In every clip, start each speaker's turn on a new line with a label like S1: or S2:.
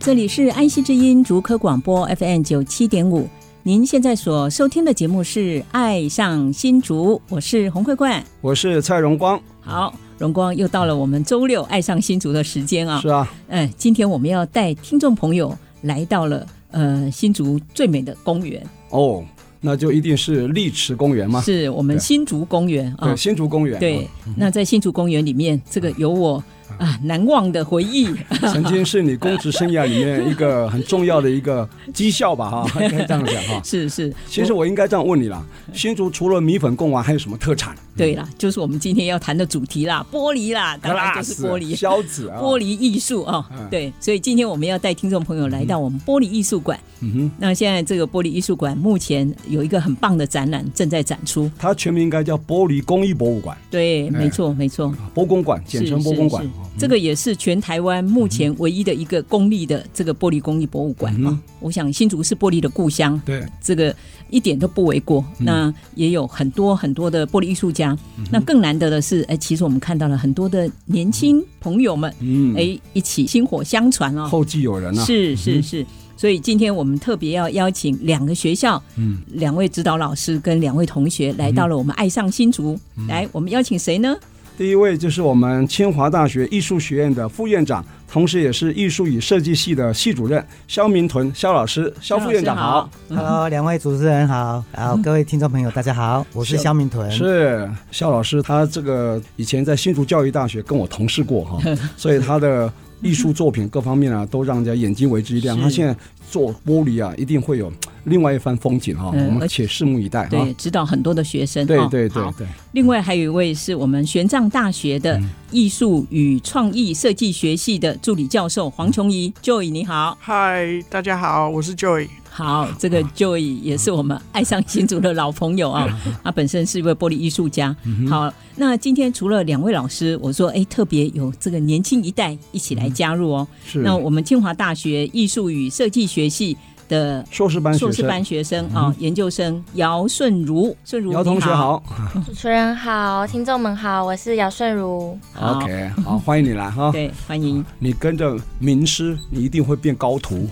S1: 这里是安溪之音竹科广播 FM 九七点五，您现在所收听的节目是《爱上新竹》，我是洪慧冠。
S2: 我是蔡荣光，
S1: 好，荣光又到了我们周六《爱上新竹》的时间啊、
S2: 是啊，
S1: 嗯，今天我们要带听众朋友来到了呃新竹最美的公园，
S2: 哦，那就一定是丽池公园吗？
S1: 是我们
S2: 对
S1: 新竹公园啊、
S2: 对，新竹公园。嗯
S1: 对，那在新竹公园里面，这个有我啊难忘的回忆。
S2: 哦，曾经是你公职生涯里面一个很重要的一个绩效吧，哈， 应该这样讲哈。
S1: 是是，
S2: 其实我应该这样问你啦，
S1: 嗯
S2: 新竹除了米粉贡丸还有什么特产？
S1: 对啦，就是我们今天要谈的主题啦，玻璃啦，当然就是玻璃。
S2: 硝子啊，
S1: 玻璃艺术啊、
S2: 嗯
S1: 对，所以今天我们要带听众朋友来到我们玻璃艺术馆。
S2: 嗯哼，
S1: 那现在这个玻璃艺术馆目前有一个很棒的展览正在展出，
S2: 它全名应该叫玻璃工艺博物馆，
S1: 对，
S2: 哎
S1: 没错，没错，
S2: 啊博公馆，简称
S1: 是
S2: 博公馆嗯
S1: 是。是这个也是全台湾目前唯一的一个公立的这个玻璃工艺博物馆啊、
S2: 嗯
S1: 我想新竹是玻璃的故乡，
S2: 对，
S1: 这个一点都不为过。
S2: 嗯
S1: 那也有很多很多的玻璃艺术家。那更难得的是，哎，其实我们看到了很多的年轻朋友们，
S2: 嗯，
S1: 哎，一起薪火相传哦。
S2: 后继有人啊。
S1: 是是是，所以今天我们特别要邀请两个学校，
S2: 嗯，
S1: 两位指导老师跟两位同学来到了我们爱上新竹。
S2: 嗯
S1: 来，我们邀请谁呢？
S2: 第一位就是我们清华大学艺术学院的副院长，同时也是艺术与设计系的系主任肖明屯肖老师，肖副院长好。
S1: 嗯
S3: Hello，两位主持人好，然后各位听众朋友大家好，我是
S2: 是
S3: 肖明屯。
S2: 是肖老师，他这个以前在新竹教育大学跟我同事过哈， 所以他的艺术作品各方面啊，都让人家眼睛为之一亮。
S1: 是
S2: 他现在做玻璃啊，一定会有另外一番风景哈，
S1: 嗯
S2: 我们且拭目以待哈
S1: 对，。指导很多的学生。
S2: 对
S1: 哦
S2: 对对
S1: 好
S2: 对，
S1: 另外还有一位是我们玄奘大学的
S2: 嗯
S1: 艺术与创意设计学系的助理教授黄琼怡，Joy 你好，
S4: 嗨，大家好，我是 Joy。
S1: 好，这个 Joy 也是我们爱上新竹的老朋友 啊，
S2: 嗯
S1: 他本身是一位玻璃艺术家。好，那今天除了两位老师，我说哎，特别有这个年轻一代一起来加入哦。
S2: 嗯是
S1: 那我们清华大学艺术与设计学系的。
S2: 硕士班学
S1: 硕士
S2: 生
S1: 班学生啊、研究生姚顺如，顺如
S2: 嗯姚同学
S1: 你好，
S2: 好
S5: 主持人好，听众们好，我是姚顺如。
S1: 好
S2: ，OK，好，欢迎你来哈。
S1: 对，欢迎。
S2: 你跟着名师，你一定会变高 徒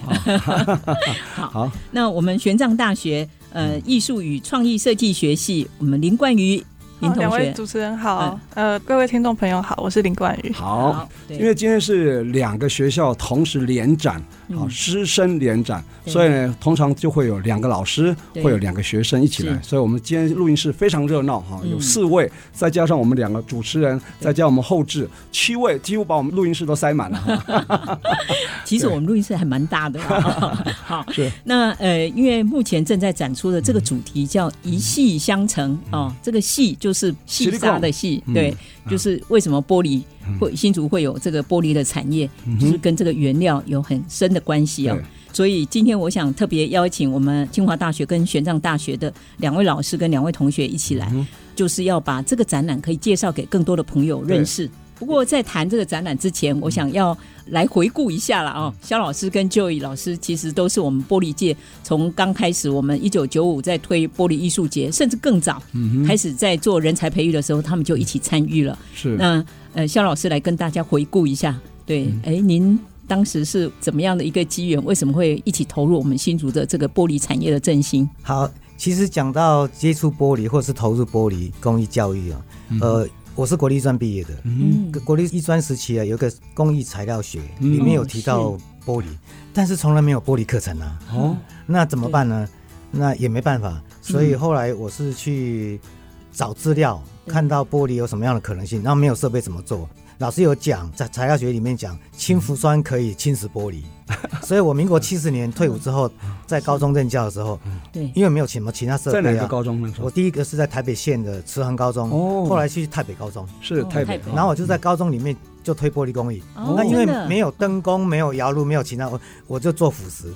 S2: 啊！
S1: 那我们玄奘大学呃
S2: 嗯
S1: 艺术与创意设计学系，我们林冠宇林
S4: 好，两
S1: 同
S4: 位
S1: 学，
S4: 主持人好，
S2: 嗯
S4: 呃，各位听众朋友好，我是林冠宇。
S2: 好，，
S1: 对
S2: 因为今天是两个学校同时联展，啊，
S1: 嗯
S2: 师生联展，
S1: 对
S2: 所以呢，通常就会有两个老师，
S1: 对
S2: 会有两个学生一起来，
S1: 是
S2: 所以我们今天录音室非常热闹哈，
S1: 嗯
S2: 有四位，再加上我们两个主持人，
S1: 对
S2: 再加上我们后置，七位，几乎把我们录音室都塞满了 哈。
S1: 其实
S2: 对
S1: 我们录音室还蛮大的。 好，
S2: 是
S1: 那呃，因为目前正在展出的这个主题叫“一系相承”哦，这个“系”就是细沙的“细”，
S2: 嗯
S1: 对，就是为什么玻璃会新竹会有这个玻璃的产业，就是跟这个原料有很深的关系哦
S2: 嗯对。
S1: 所以今天我想特别邀请我们清华大学跟玄奘大学的两位老师跟两位同学一起来，就是要把这个展览可以介绍给更多的朋友认识。不过在谈这个展览之前，我想要来回顾一下了哦。肖老师跟 Joey 老师其实都是我们玻璃界从刚开始，我们一九九五在推玻璃艺术节，甚至更早、开始在做人才培育的时候，他们就一起参与了。
S2: 是
S1: 那呃，肖老师来跟大家回顾一下，对，哎、您当时是怎么样的一个机缘？为什么会一起投入我们新竹的这个玻璃产业的振兴？
S3: 好，其实讲到接触玻璃或是投入玻璃公益教育啊，呃，我是国立艺专毕业的，
S1: 嗯，
S3: 国立艺专时期啊，有一个工艺材料学，
S2: 嗯
S3: 里面有提到玻璃，但是从来没有玻璃课程啊，
S2: 哦，
S3: 那怎么办呢？那也没办法，所以后来我是去找资料，看到玻璃有什么样的可能性，然后没有设备怎么做，嗯老师有讲，在材料学里面讲，氢氟酸可以侵蚀玻璃，所以我民国七十年退伍之后，在高中任教的时候，
S1: 对，
S3: 因为没有什么其他设备、
S2: 在
S3: 啊，
S2: 哪个高中那时
S3: 我
S2: 候？
S3: 第一个是在台北县的慈航高中，
S2: 哦
S3: 后来去台北高中，
S2: 是
S1: 哦
S2: 台
S1: 台
S2: 北
S1: 北。
S3: 然后我就
S2: 嗯
S3: 在高中里面就推玻璃工艺。
S1: 哦
S3: 那因为
S1: 真的
S3: 没有灯工，没有窑炉，没有其他，我我就做腐蚀，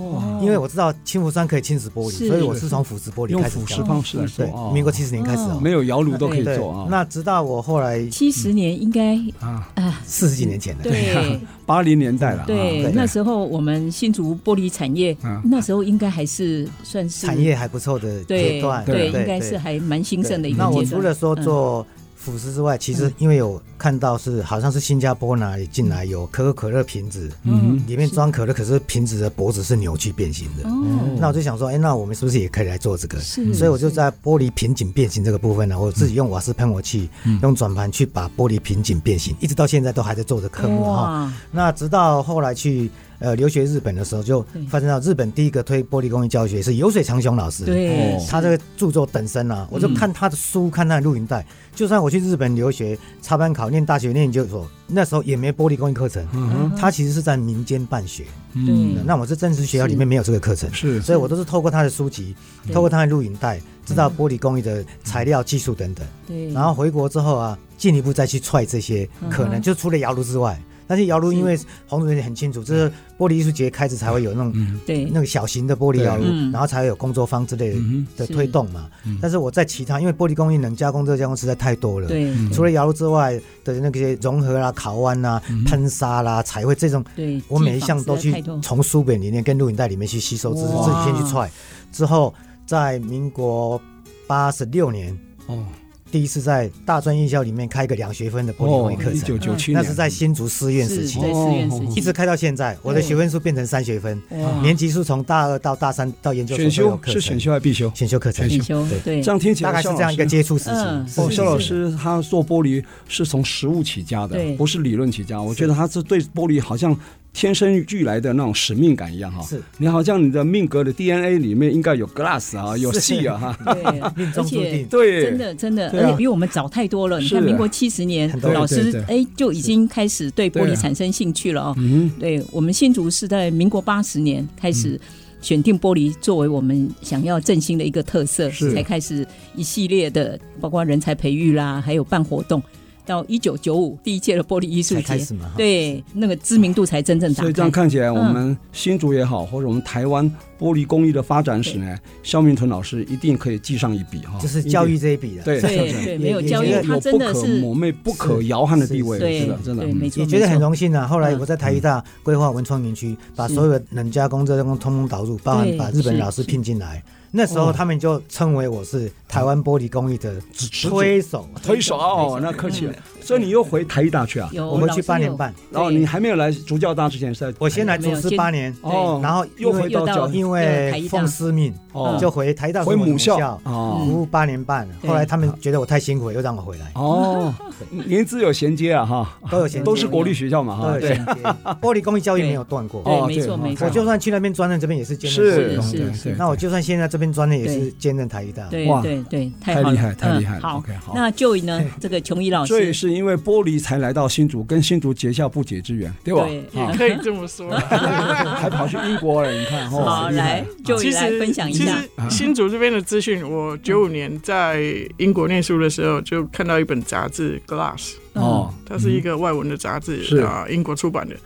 S1: 哦
S3: 因为我知道氢氟酸可以侵蚀玻璃，
S1: 是
S3: 所以我是从腐蚀玻璃
S2: 用
S3: 开始
S2: 腐
S3: 教
S2: 蚀方式来说
S3: 对，
S2: 哦
S3: 民国七十年开始哦
S2: 没，有窑炉都可以
S3: 对
S2: 做啊。
S3: 那直到我后来
S1: 七十年应该
S2: 啊，
S1: 啊，
S3: 四十几年前了，
S1: 对
S2: 八零年代了啊，
S1: 对
S3: 啊对，
S1: 那时候我们新竹玻璃产业
S2: 嗯，
S1: 那时候应该还是算是
S3: 产业还不错的阶
S1: 对
S3: 段，
S1: 对，
S3: 对
S1: 应该是还蛮兴盛的一个
S3: 那我
S1: 阶段。
S3: 除
S1: 嗯
S3: 了说做辅食之外，其实因为有看到是好像是新加坡哪里进来有可口可乐瓶子，
S2: 嗯哼
S3: 里面装可乐，可是瓶子的脖子是扭曲变形的。
S1: 哦，
S3: 那我就想说，哎，那我们是不是也可以来做这个？
S1: 是
S3: 所以我就在玻璃瓶颈变形这个部分呢，啊我自己用瓦斯喷火器，用转盘去把玻璃瓶颈变形，一直到现在都还在做着科目啊哈。
S1: 哇，
S3: 那直到后来去呃留学日本的时候，就
S1: 对
S3: 发现到日本第一个推玻璃工艺教学是有水长雄老师。
S1: 对，嗯
S3: 他这个著作等身啊，我就看他的书，看他的录影带。就算我去日本留学、插班考、念大学、念研究所，那时候也没玻璃工艺课程。
S2: 嗯
S3: 他其实是在民间办学，
S1: 对，
S3: 那我是正式学校里面没有这个课程，
S2: 是
S3: 所以我都是透过他的书籍，
S1: 对
S3: 透过他的录影带，
S1: 嗯
S3: 知道玻璃工艺的材料、技术等等。
S1: 对，
S3: 然后回国之后啊，进一步再去踹这些可能，
S1: 嗯嗯哼
S3: 就除了窑炉之外。但是窑炉，因为洪主任也很清楚，这
S1: 嗯
S3: 是玻璃艺术节开始才会有那种
S1: 对
S3: 那个小型的玻璃窑炉
S1: 嗯对嗯，
S3: 然后才会有工作坊之类
S2: 嗯
S3: 的
S1: 是嗯
S3: 推动嘛。但是我在其他，因为玻璃工艺能加工这个加嗯工实在太多了，
S1: 对
S3: 除了窑炉之外的那些融合啦、烤弯啦、
S1: 嗯
S3: 喷砂啦、彩绘这种，
S1: 对，
S3: 我每一项都
S1: 技
S3: 去
S1: 法实在太多
S3: 从书本里面跟录影带里面去吸收知识，自己
S1: 哇
S3: 先去踹。之后在民国八十六年，
S2: 哦
S3: 第一次在大专院校里面开一个两学分的玻璃工艺课
S2: 哦一
S3: 程
S2: 九，九七
S3: 哦那
S2: 年
S3: 是在新竹师院时
S1: 是
S3: 期
S2: 哦。
S1: 对实验时期
S3: 一直开到现在，我的学分数变成三学分，
S1: 哇
S3: 年级数从大二到大三到研究所
S2: 选
S3: 都有
S2: 修
S3: 课程
S2: 是选修还是必修？
S3: 选修课程，
S2: 选
S1: 进修
S3: 对
S1: 对
S2: 这样听起来
S3: 大概是
S2: 肖老
S3: 这样一个
S2: 师
S3: 接触时
S1: 嗯
S3: 期。
S2: 哦，
S3: 是
S2: 肖老，师他做玻璃是从实物起家的，
S1: 对
S2: 不是理论起家。我觉得他是对玻璃好像天生俱来的那种使命感一样哈。
S3: 是
S2: 你好像你的命格的 DNA 里面应该有 glass 啊，有
S3: 是
S2: 系啊 哈。
S1: 对，
S3: 哦命
S1: 而
S3: 中注
S1: 且
S3: 定。
S2: 对，
S1: 真的真的，
S2: 对啊
S1: 而且比我们早太多了。你
S2: 是
S1: 看，
S2: 啊
S1: 民国七十年
S3: 很，多
S2: 人
S1: 老
S2: 对对
S1: 师哎就已经开始对玻
S2: 对啊
S1: 璃产生兴趣了哦。
S2: 嗯，
S1: 对我们新竹是在民国八十年开始选定玻璃作为我们想要振兴的一个特色，
S2: 是
S1: 才开始一系列的包括人才培育啦，还有办活动。到一九九五第一届的玻璃艺术
S3: 才开
S1: 节
S3: 始，嘛，哈，
S1: 对那个知名度才真正打
S2: 所以这样
S1: 开。
S2: 看起来，我们新竹也好，或者我们台湾玻璃工艺的发展史呢，肖明屯老师一定可以记上一笔哈。
S3: 就是教嗯育这啊一笔的。
S2: 对
S1: 对
S2: 是
S1: 对，
S3: 也
S1: 没有
S3: 也
S1: 教育
S3: 觉得，
S1: 它
S2: 有
S1: 真
S2: 不
S1: 的
S2: 可
S1: 是
S2: 磨灭、不可摇撼的地位，
S1: 对
S2: 是的，真的，嗯
S1: 对，没错，
S3: 也觉得
S1: 没
S3: 很
S1: 错
S3: 荣幸啊！后来
S1: 嗯
S3: 我在台艺大规划文创园区，把所有的冷加工、热加工通通导入，包含
S1: 对
S3: 把日本
S1: 是
S3: 老师聘进来。那时候他们就称为我是台湾玻璃工艺的
S2: 指
S3: 推手，
S2: 推手哦，那客气了。所以你又回台艺大去啊？
S1: 有
S3: 我回
S1: 哦老
S3: 去
S1: 师
S3: 八年
S1: 有
S3: 半，
S2: 然后
S1: 对
S2: 你还没有来竹教大之前是在台艺大，
S3: 我先来
S1: 没
S3: 主
S1: 有
S3: 师
S1: 先
S3: 八年，
S2: 哦，
S3: 然后
S2: 又
S3: 因为
S2: 回到
S1: 又
S2: 教
S1: 到
S3: 因
S1: 台艺大
S3: 为奉师命
S2: 哦
S3: 就回台艺大
S2: 回
S3: 是我的
S2: 母
S3: 母
S2: 校
S3: 校，
S2: 哦
S3: 服务八年半。
S1: 嗯对
S3: 后来他们觉得我太辛苦了，又让我回来，
S2: 哦，年资有衔接啊哈，
S3: 都嗯有衔接，
S2: 都是国立学校嘛
S3: 都
S2: 哈，
S3: 有衔接，玻璃工艺教育没有断过。
S2: 哦
S1: 对，没错
S2: 对
S1: 没
S3: 我
S1: 错，
S3: 就算去那边专任，这边也是兼任玻璃
S2: 是
S3: 工艺
S1: 是
S3: 的。
S1: 是
S2: 对
S3: 那我就算现在这边专任，也是兼任台艺大。
S1: 对
S2: 哇
S1: 对对，太
S2: 太
S1: 好
S2: 厉
S1: 了
S2: 害太厉害了
S1: 嗯好
S2: OK，好，
S1: 那 Joy 呢？这个琼怡老
S2: 所以
S1: 师，
S2: 是因为玻璃才来到新竹，跟新竹结下不解之缘，对吧？
S1: 对
S2: 啊
S4: 也可以这 么说。
S2: 还跑去英国了，你看 哦，
S1: 好
S2: 厉害
S1: 来 Joy 来分享一
S4: 其
S1: 下，
S2: 嗯
S4: 实新竹这边的资讯，我九五年在英国念书的时候，就看到一本杂志《Glass》，
S2: 哦，
S4: 它嗯是一个外文的杂
S2: 是嗯
S4: 志啊、英国出版的。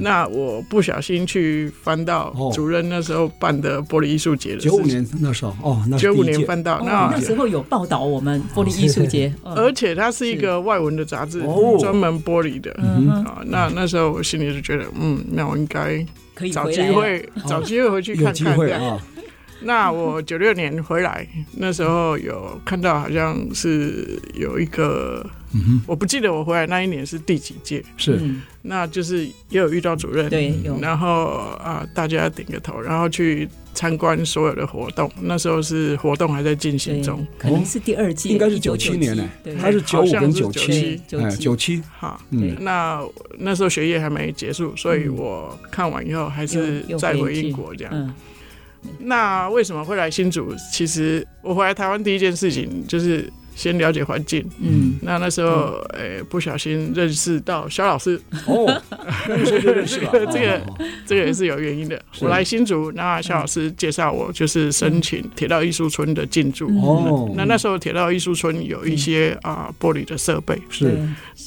S4: 那我不小心去翻到
S2: 哦
S4: 主任那时候办的玻璃艺术节的事
S2: 嗯九五
S4: 情，
S2: 年那时候哦，那是
S4: 九
S2: 第
S4: 五
S2: 一
S4: 年
S2: 届
S4: 翻到
S1: 哦
S4: 那
S1: 那时候有报道我们玻璃艺术节，
S4: 而
S1: 嗯
S4: 且它是呃一个外文的杂志
S2: 哦，
S4: 专门玻璃的。
S1: 嗯哼，
S4: 啊，那那时候我心里就觉得，嗯，那我应该
S1: 可以
S4: 找
S1: 回
S4: 机
S1: 来啊嗯了，
S4: 会，找机会回去
S2: 有
S4: 看
S2: 机
S4: 看。
S2: 会
S4: 这样
S2: 啊，
S4: 那我九六年回来，那时候有看到好像是有一个，
S2: 嗯
S4: 我不记得我回来那一年是第几届，
S2: 是
S1: 嗯，
S4: 那就是也有遇到主任，
S1: 对，有
S4: 然后啊、大家点个头，然后去参观所有的活动。那时候是活动还在进行
S1: 对
S4: 中，，
S1: 可能是第二季，
S2: 应该是
S1: 1997
S2: 九七年呢，
S1: 对，
S2: 他是九五跟九七
S1: 对，
S2: 哎，
S1: 97
S2: 九七，
S4: 哈。
S2: 嗯
S1: 对，
S4: 那那时候学业还没结束，所以我看完以后还是
S1: 又又
S4: 再
S1: 回
S4: 回
S1: 去
S4: 英国这样。
S1: 嗯，
S2: 嗯
S4: 那为什么会来新竹？其实我回来台湾第一件事情就是先了解环境。
S1: 嗯，
S4: 那那时候，
S2: 嗯
S4: 诶、不小心认识到肖老师，
S2: 哦，那时候就认识了
S4: 。这个这个也是有原因的。
S2: 是
S4: 我来新竹，那肖老师介绍我，就是申请铁道艺术村的进驻。
S2: 嗯哦，
S4: 那那时候铁道艺术村有一些啊、玻璃的设备，
S2: 是
S1: 对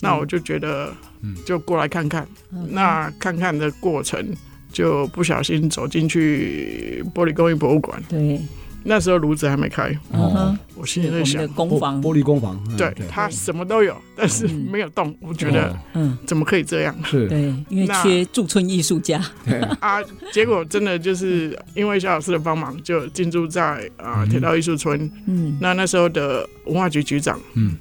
S4: 那我就觉得
S2: 嗯
S4: 就过来看看。
S1: 嗯
S4: 那看看的过程，就不小心走进去玻璃工艺博物馆。
S1: 对，
S4: 那时候炉子还没开，
S1: 嗯
S2: 哦
S1: 哼，对
S4: 我心
S1: 我
S4: 里在
S1: 们
S4: 想
S1: 的，工
S2: 玻
S1: 房，
S2: 玻璃工坊，嗯
S4: 对它什么都有，但是没有动，我觉得
S2: 哦
S1: 嗯，
S4: 怎么可以这样？
S2: 是哎
S1: 对，因为
S4: 那
S1: 缺驻村艺术家，
S4: 啊，结果真的就是因为肖老师的帮忙，就进驻在啊铁道艺术村。
S1: 嗯
S4: 那那时候的文化局局长
S1: 嗯，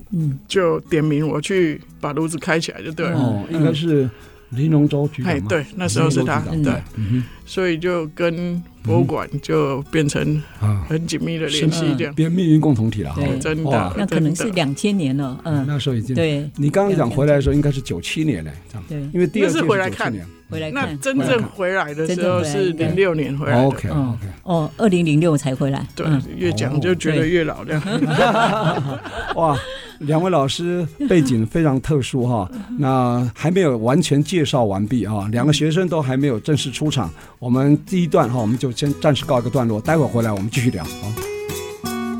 S4: 就点名我去把炉子开起来，就对了。
S1: 嗯
S2: 哦，应该是林龙州局
S4: 哎
S2: 长，吗？
S4: 对，那时候是他，
S2: 嗯
S4: 对，
S2: 嗯
S4: 所以就跟博物馆就变成
S2: 哼啊，
S4: 很紧密的联系，这样
S2: 变命运共同体了哈。
S1: 对
S4: 真
S2: 哇
S4: 的，
S1: 那可能是
S4: 真的
S1: 两千年了，嗯，
S2: 那时候已经，
S1: 对
S2: 你刚刚讲回来的时候应该是九七年嘞，这样，
S1: 对，
S2: 因为第二届
S4: 那是回来
S2: 97年。
S1: 回
S6: 嗯
S1: 来
S4: 那
S1: 看，
S4: 真正回来的时候是零六年回来的，
S2: OK
S1: 嗯
S2: OK，
S1: 哦，二零零六才回来，
S4: 对
S1: 嗯，
S4: 越讲就觉得越老这样。
S6: 哦
S2: 哇，两位老师背景非常特殊哈，那还没有完全介绍完毕啊，两个学生都还没有正式出场，我们第一段哈，我们就先暂时告一个段落，待会儿回来我们继续聊啊。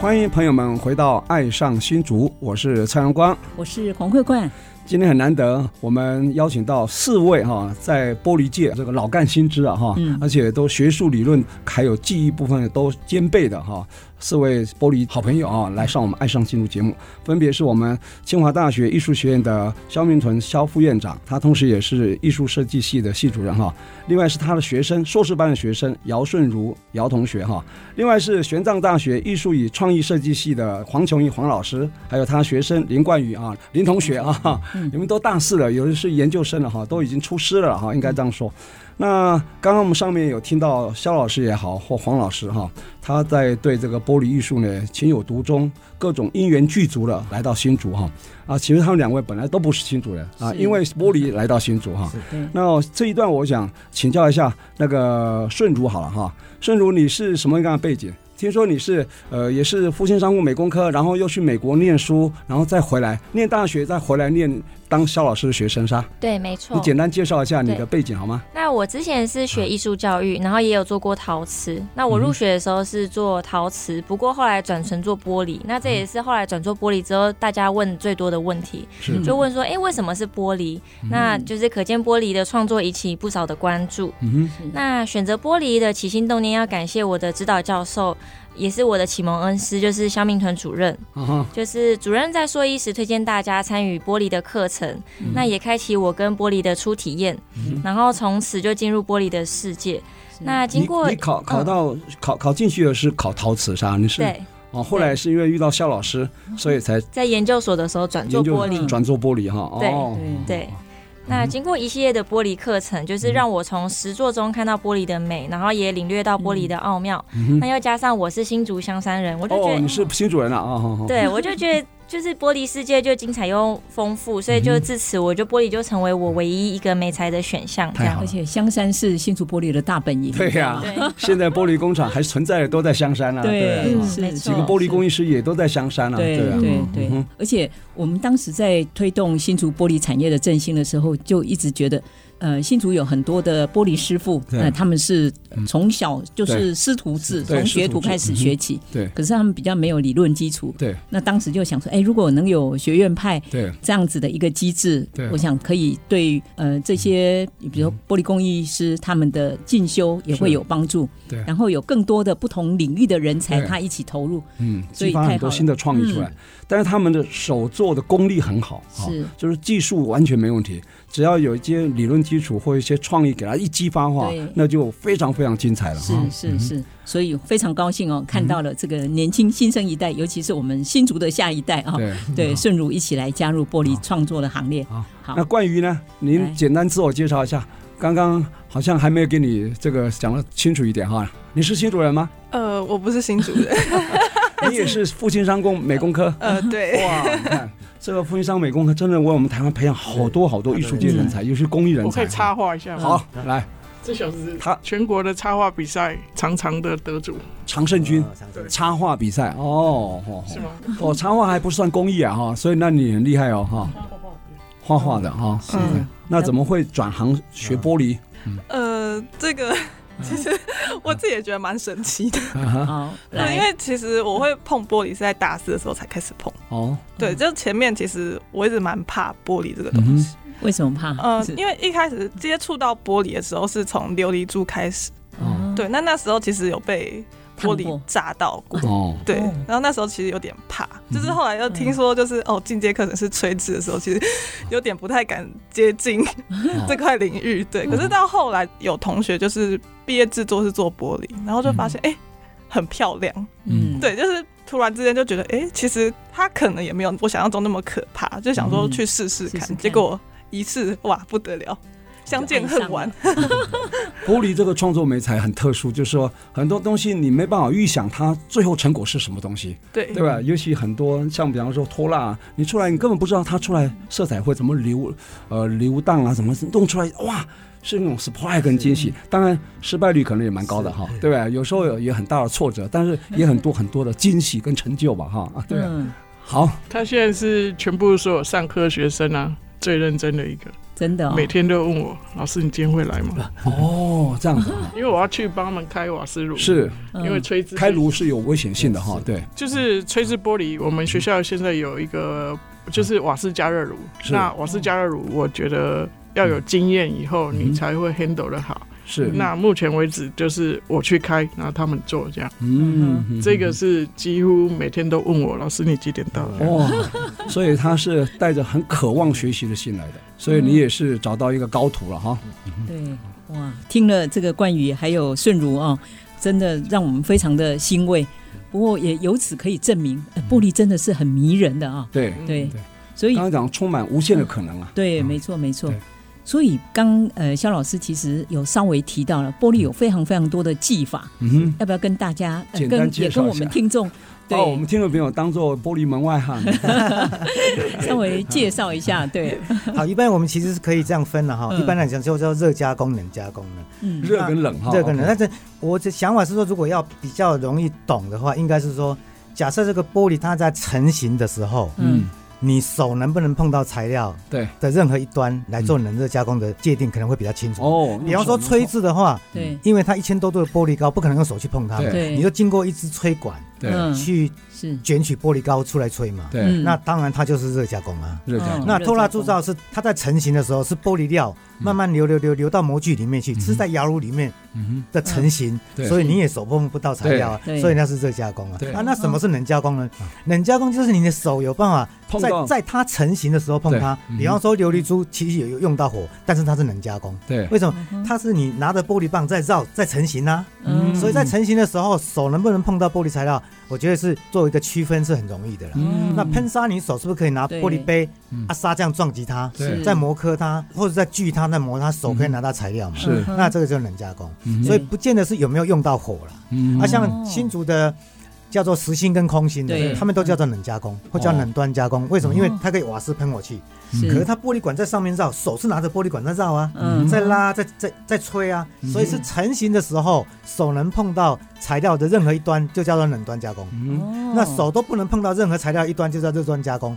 S2: 欢迎朋友们回到《爱上新竹》，我是蔡阳光。
S1: 我是黄慧冠，
S2: 今天很难得，我们邀请到四位哈、在玻璃界这个老干新知啊哈、
S1: 嗯
S2: 而且都学术理论还有技艺部分都兼备的哈、四位玻璃好朋友啊，来上我们《爱上新竹》节目，分别是我们清华大学艺术学院的肖明屯肖副院长，他同时也是艺术设计系的系主任哈、另外是他的学生，硕士班的学生姚顺如姚同学哈、另外是玄奘大学艺术与创意设计系的黄琼怡黄老师，还有他学生林冠宇啊林同学啊，你们都大四了，有的是研究生了哈，都已经出师了哈，应该这样说。那刚刚我们上面有听到肖老师也好或黄老师哈，他在对这个玻璃艺术呢情有独钟，各种因缘具足了来到新竹哈啊，其实他们两位本来都不是新竹人啊，
S1: 是
S2: 因为玻璃来到新竹哈。
S1: 对，
S2: 那这一段我想请教一下那个顺如好了哈，顺如你是什么样的背景？听说你是呃也是复兴商务美工科，然后又去美国念书，然后再回来念大学，再回来念当肖老师的学生是吧？
S5: 对，没错
S2: 你。简单介绍一下你的背景好吗？
S5: 那我之前是学艺术教育，然后也有做过陶瓷。那我入学的时候是做陶瓷，不过后来转成做玻璃。那这也是后来转做玻璃之后，大家问最多的问题，
S2: 是
S1: 嗯
S5: 就问说：“哎、为什么是玻璃？”
S2: 嗯
S5: 那就是可见玻璃的创作引起不少的关注。
S2: 嗯
S5: 那选择玻璃的起心动念，要感谢我的指导教授，也是我的启蒙恩师，就是肖明屯主任。
S2: 哼，啊哈，
S5: 就是主任在说一时推荐大家参与玻璃的课程，
S2: 嗯
S5: 那也开启我跟玻璃的初体验，然后从此就进入玻璃的世界。那经
S2: 你
S5: 过
S2: 你考
S5: 嗯
S2: 考到、考考进去的是考陶瓷是吧？你是
S5: 对，
S2: 哦，后来是因为遇到肖老师，所以才
S5: 在研究所的时候转做
S2: 研究
S5: 玻璃，
S2: 转做玻璃哈。
S5: 对
S2: 哦，
S5: 对。那经过一系列的玻璃课程，就是
S2: 嗯
S5: 让我从实作中看到玻璃的美，然后也领略到
S2: 嗯
S5: 玻璃的奥妙。那又加上我是新竹香山人，我就觉得、
S2: 哦，你是新主人了啊？哦哦
S5: 对，我 就觉得就是玻璃世界就精彩又丰富，所以
S2: 嗯
S5: 就自此我就玻璃就成为我唯一一个美材的选项。这
S2: 太好
S5: 样
S2: 了
S1: 而且香山是新竹玻璃的大本营，
S2: 对呀、
S5: 对
S2: 现在玻璃工厂还存在的都在香山啊，
S1: 对
S2: 对，啊，
S1: 是
S5: 嗯没
S2: 几
S5: 错
S2: 个玻璃工艺师也都在香山啊，
S1: 对
S2: 啊，
S1: 对
S2: 嗯哼
S1: 对，而且我们当时在推动新竹玻璃产业的振兴的时候，就一直觉得，呃，新竹有很多的玻璃师傅，
S2: 对嗯
S1: 呃，他们是从小就是师徒制，
S2: 对
S1: 从学徒
S2: 师徒制嗯
S1: 开始学起，
S2: 对
S1: 可是他们比较没有理论基础。
S2: 对
S1: 那当时就想说，哎，如果能有学院派
S2: 对
S1: 这样子的一个机制
S2: 对，啊
S1: 我想可以对呃这些，比如说玻璃工艺师他们的进修也会
S2: 是
S1: 有帮助。
S2: 对
S1: 然后有更多的不同领域的人才，
S2: 对
S1: 他一起投入，
S2: 嗯，
S1: 所以
S2: 激发很多新的创意出来，但是他们的手做的功力很好，啊
S1: 嗯是
S2: 就是技术完全没问题，只要有一些理论基基础或一些创意给它一激发化
S1: 对，
S2: 那就非常非常精彩了哈。
S1: 是是是，所以非常高兴哦，看到了这个年轻新生一代，尤其是我们新竹的下一代啊、
S2: 对
S1: 对，顺如一起来加入玻璃创作的行列。
S2: 好，
S1: 好
S2: 那冠宇呢？
S1: 来
S2: 您简单自我介绍一下。刚刚好像还没有给你这个讲的清楚一点哈。你是新竹人 吗？
S6: 呃，我不是新竹人，
S2: 你也是复兴商工美 工科。
S6: 呃， 对，
S2: 哇，你看这个复兴商美工科真的为我们台湾培养好多好多艺术界人才，尤其工艺人
S4: 我
S2: 才。
S4: 可以插话一下吗？
S2: 好，来
S4: 这小子
S2: 他
S4: 全国的插画比赛常常的得主
S2: 常胜军
S3: 啊长胜军
S2: 插画比赛哦，哦
S4: 是吗？
S2: 哦哦，插画还不算工艺啊哈，所以那你很厉害哦哈，
S4: 嗯
S2: 画画的哈。
S6: 嗯，
S2: 那怎么会转行学玻璃？
S6: 呃，这个 其实我自己也觉得蛮神奇的，
S1: 好，
S4: 嗯
S6: 对，因
S1: 来，
S6: 为其实我会碰玻璃是在大四的时候才开始碰，
S2: 哦，
S4: 嗯
S6: 对，就前面其实我一直蛮怕玻璃这个东
S2: 嗯
S6: 西，
S1: 为什么怕？
S6: 呃，
S1: 是
S6: 因为一开始接触到玻璃的时候是从琉璃珠开始，
S2: 哦
S6: 对，那那时候其实有被
S1: 烫
S6: 玻
S1: 过
S6: 璃炸到过。
S4: 嗯
S2: 哦，
S6: 对
S1: 哦，嗯
S6: 然后那时候其实有点怕，就是后来又听说，就是哦，进阶课程是垂直的时候，其实有点不太敢接近
S1: 哦
S6: 这块领域。对，
S1: 嗯
S6: 可是到后来有同学就是毕业制作是做玻璃，然后就发现哎、很漂亮。
S1: 嗯，
S6: 对，就是突然之间就觉得哎、其实它可能也没有我想象中那么可怕，就想说
S1: 嗯
S6: 去试试看。
S1: 试试看
S6: 结果一试哇不得了，相见恨晚。
S2: 玻璃这个创作媒材很特殊，就是说很多东西你没办法预想它最后成果是什么东西，
S6: 对
S2: 对吧？尤其很多像比方说拖蜡，你出来你根本不知道它出来色彩会怎么流，呃，流荡啊，怎么弄出来哇。是那种 surprise 跟惊喜，当然失败率可能也蛮高的哈，对吧？有时候有也很大的挫折，但是也很多很多的惊喜跟成就吧哈，啊对吧。
S1: 嗯，
S2: 好，
S4: 他现在是全部所有上课学生啊最认真的一个，
S1: 真 的哦
S4: 每，天都问我老师你今天会来吗？
S2: 哦，这样子啊
S4: 因为我要去帮他们开瓦斯 炉，
S2: 是
S1: 嗯
S4: 因为吹枝
S2: 开炉是有危险性的哈，对，
S4: 就是吹制玻璃，我们学校现在有一个就是瓦斯加热炉。
S2: 是
S4: 那瓦斯加热炉，我觉得要有经验以后，你才会 handle 的好。
S2: 是，
S4: 那目前为止，就是我去开，然后他们做这样。
S2: 嗯，嗯
S4: 这个是几乎每天都问我老师你几点到？
S2: 哇，哦所以他是带着很渴望学习的心来的，所以你也是找到一个高徒了哈。
S1: 对，哇，听了这个冠宇还有顺如哦，真的让我们非常的欣慰。不过也由此可以证明，呃玻璃真的是很迷人的啊、
S2: 对，
S1: 对
S2: 对，
S1: 所以
S2: 刚刚讲充满无限的可能啊。
S1: 对，没错，没错
S2: 对。
S1: 所以刚呃，肖老师其实有稍微提到了，玻璃有非常非常多的技法，
S2: 嗯
S1: 要不要跟大家、呃、
S2: 简单
S1: 跟也
S2: 介绍一下
S1: 跟我们听众
S2: 哼，
S1: 对、
S2: 哦，我们听众朋友当做玻璃门外汉，
S1: 稍微介绍一 下？对，
S3: 好，一般我们其实是可以这样分的哈。
S1: 嗯
S3: 一般来讲就叫热加工、冷加工的。
S1: 嗯，
S2: 热跟冷哈，
S3: 这个呢，
S2: OK
S3: 但是我的想法是说，如果要比较容易懂的话，应该是说，假设这个玻璃它在成型的时候，
S2: 嗯，
S3: 你手能不能碰到材料
S2: 对，
S3: 的任何一端来做冷热加工的界定，可能会比较清楚。
S2: 哦，
S3: 比方说吹制的话，
S1: 对，
S3: 因为它一千多度的玻璃膏不可能用手去碰它嘛，
S1: 哦对
S3: 你就经过一支吹管
S2: 对
S1: 嗯，
S3: 去
S1: 是，
S3: 卷取玻璃膏出来吹嘛，
S2: 对，
S3: 那当然它就是热加工啊。
S2: 热嗯加
S1: 嗯
S2: 工
S3: 那透蜡铸造是它在成型的时候是玻璃料慢慢流流流流到模具里面去，是在窑炉里面
S2: 嗯
S3: 的成型，
S2: 对
S3: 所以你也手碰不到材料啊
S1: 对对，
S3: 所以那是热加工啊
S2: 对。嗯
S3: 啊，那什么是冷加工呢？冷加工就是你的手有办法
S2: 碰
S3: 在
S2: 到
S3: 在它成型的时候碰它
S2: 对嗯，
S3: 比方说琉璃珠其实有用到火，但是它是冷加工，
S2: 对，嗯
S3: 为什么？它是你拿着玻璃棒在绕在成型啊，
S1: 嗯
S3: 所以在成型的时候手能不能碰到玻璃材料，我觉得是做一个区分是很容易的啦。
S1: 嗯
S3: 那喷砂，你手是不是可以拿玻璃杯
S2: 嗯
S3: 啊砂这样撞击它
S2: 对，
S3: 再磨磕它，或者再锯它、再磨它，手可以拿到材料嘛？
S2: 是，
S3: 那这个就是冷加工，
S2: 嗯
S3: 所以不见得是有没有用到火了。
S2: 嗯
S3: 啊，像新竹的叫做实心跟空心
S1: 对嗯
S3: 的，他们都叫做冷加工，
S2: 嗯
S3: 或叫冷端加
S2: 哦
S3: 工。为什么？因为它可以瓦斯喷火器，
S1: 是
S3: 可是它玻璃管在上面绕，手是拿着玻璃管在绕啊，
S1: 嗯
S3: 在拉，在在在吹啊，
S2: 嗯
S3: 所以是成型的时候手能碰到材料的任何一端，就叫做冷端加工。
S1: 哦
S3: 那手都不能碰到任何材料一端，就叫热端加工。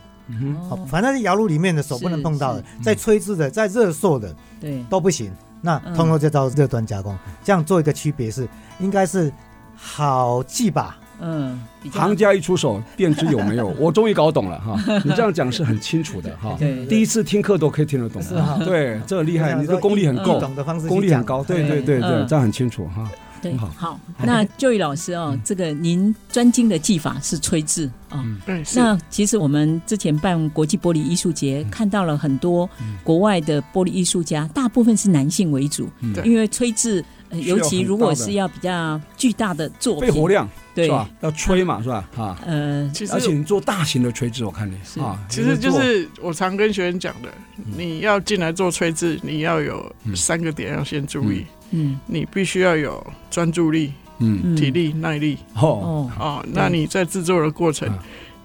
S3: 好，
S1: 哦
S3: 反正是窑炉里面的手
S1: 是
S3: 不能碰到的，在吹制的、在热塑的
S1: 对，
S3: 都不行，那通通就叫热端加工。
S1: 嗯
S3: 这样做一个区别是，应该是好记吧？
S1: 嗯，比较
S2: 行家一出手，便知有没有。我终于搞懂了哈，你这样讲是很清楚的哈
S1: 对。
S2: 第一次听课都可以听得懂，
S3: 是哈
S2: 对，这厉害，你的功力很
S3: 以
S2: 够
S3: 啊懂，的方式去
S2: 功力很
S3: 讲
S2: 高，对对
S3: 对
S2: 对对
S1: 嗯，
S2: 这样很清楚哈。
S1: 对，
S2: 很好
S1: 好，那就宇老师哦，这个您专精的技法是吹制啊。
S2: 嗯
S4: 对，是
S1: 那其实我们之前办国际玻璃艺术节，
S2: 嗯
S1: 看到了很多国外的玻璃艺术家，大部分是男性为主，
S4: 对
S1: 因为吹制，呃
S2: 嗯需要
S1: 尤其如果
S2: 很大的
S1: 是要比较巨大的作
S2: 肺
S1: 品，
S2: 活量
S1: 对
S2: 是，吧？要吹嘛是吧？啊，
S1: 呃，
S4: 其
S2: 而且
S4: 实
S2: 你做大型的垂直，我看你啊，
S4: 其实就
S2: 你做嗯
S4: 是我常跟学员讲的，你要进来做吹制，你要有三个点要先注意，
S1: 嗯
S4: 你必须要有专注力、
S2: 嗯
S1: 嗯，
S4: 体力、耐力
S2: 哦
S1: 哦，
S4: 哦。那你在制作的过程
S2: 嗯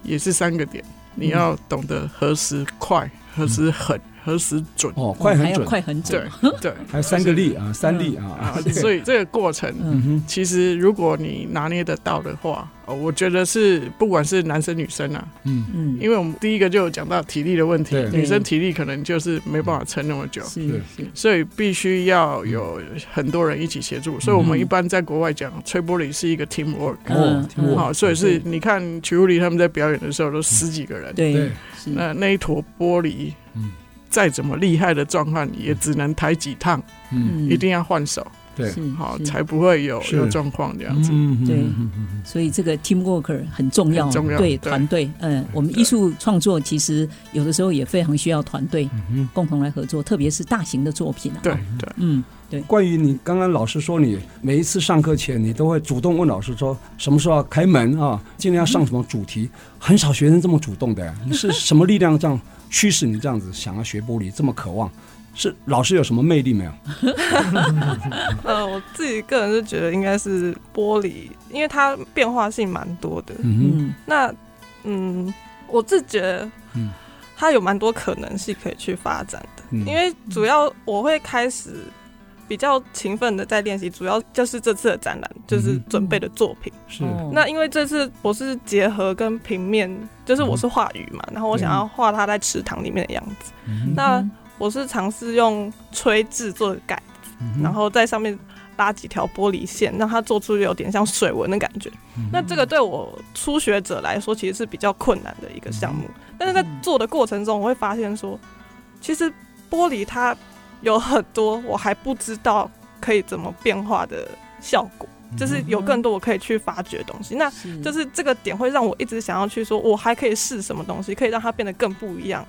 S4: 也是三个点，你要懂得何时快、何时狠、何时准。
S2: 哦，快很
S1: 嗯还要
S2: 准，
S1: 快很准
S4: 对，对
S2: 还有三个力啊，三力啊
S4: 啊，，所以这个过程
S2: 嗯哼，
S4: 其实如果你拿捏得到的话，哦，我觉得是不管是男生女生啊，
S2: 嗯，
S1: 嗯，
S4: 因为我们第一个就有讲到体力的问题，
S2: 对
S4: 女生体力可能就是没办法撑那么久，
S1: 是是
S4: 所以必须要有很多人一起协助。所以我们一般在国外讲吹玻璃是一个 team work，
S2: 哦
S1: 嗯，
S2: 听我
S4: 好，所以是你看曲库里他们在表演的时候都十几个人，
S1: 对
S2: 对，
S1: 是
S4: 那那一坨玻璃
S2: 嗯，
S4: 再怎么厉害的壮汉也只能抬几趟，
S2: 嗯，
S4: 一定要换手，
S2: 对，
S1: 是
S4: 好
S1: 是
S4: 才不会有
S2: 是
S4: 有状况这样子。
S2: 嗯
S1: 对
S2: 嗯
S1: 所以这个 teamwork 很重要，
S4: 很重要
S1: 对
S4: 对
S1: 团队。嗯，我们艺术创作其实有的时候也非常需要团队
S2: 嗯哼
S1: 共同来合作，特别是大型的作品啊。
S4: 对对，
S1: 嗯，
S2: 关于你刚刚老师说你每一次上课前，你都会主动问老师说什么时候要开门啊，今天要上什么主题，很少学生这么主动的。你是什么力量这样驱使你这样子想要学玻璃，这么渴望？是老师有什么魅力没有？
S6: 呃，我自己个人是觉得应该是玻璃，因为它变化性蛮多的。
S2: 嗯
S1: 嗯
S6: 那嗯，我自觉得
S2: 嗯
S6: 它有蛮多可能性可以去发展的，
S2: 哼，
S6: 因为主要我会开始。比较勤奋的在练习，主要就是这次的展览，就是
S2: 嗯
S6: 准备的作品。
S2: 是
S1: 哦
S6: 那因为这次我是结合跟平面，就是
S2: 嗯
S6: 我是画鱼嘛，然后我想要画它在池塘里面的样子。
S2: 嗯
S6: 那我是尝试用吹制作的盖，
S2: 哼
S6: 然后在上面拉几条玻璃线，让它做出有点像水纹的感觉。
S2: 嗯
S6: 那这个对我初学者来说，其实是比较困难的一个项目。但是在做的过程中，我会发现说，其实玻璃它有很多我还不知道可以怎么变化的效果，
S2: 嗯
S6: 就是有更多我可以去发掘的东西。那
S1: 是
S6: 就是这个点会让我一直想要去说，我还可以试什么东西，可以让它变得更不一样，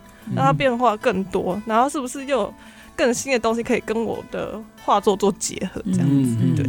S2: 嗯
S6: 让它变化更多，然后是不是又有更新的东西可以跟我的画作做结合？这样，
S2: 嗯，对。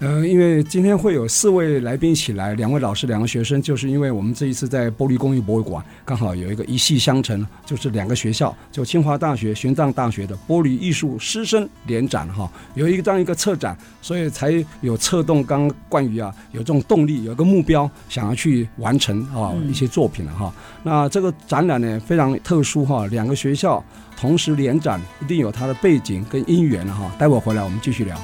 S2: 呃，因为今天会有四位来宾一起来，两位老师，两个学生，就是因为我们这一次在玻璃工艺博物馆刚好有一个一系相承，就是两个学校，就清华大学、玄奘大学的玻璃艺术师生联展哈，有一个这样一个策展，所以才有策动刚刚冠宇啊有这种动力，有一个目标想要去完成啊
S1: 嗯
S2: 一些作品了哈。那这个展览呢非常特殊哈，两个学校同时联展，一定有它的背景跟因缘了哈。待会儿回来我们继续聊。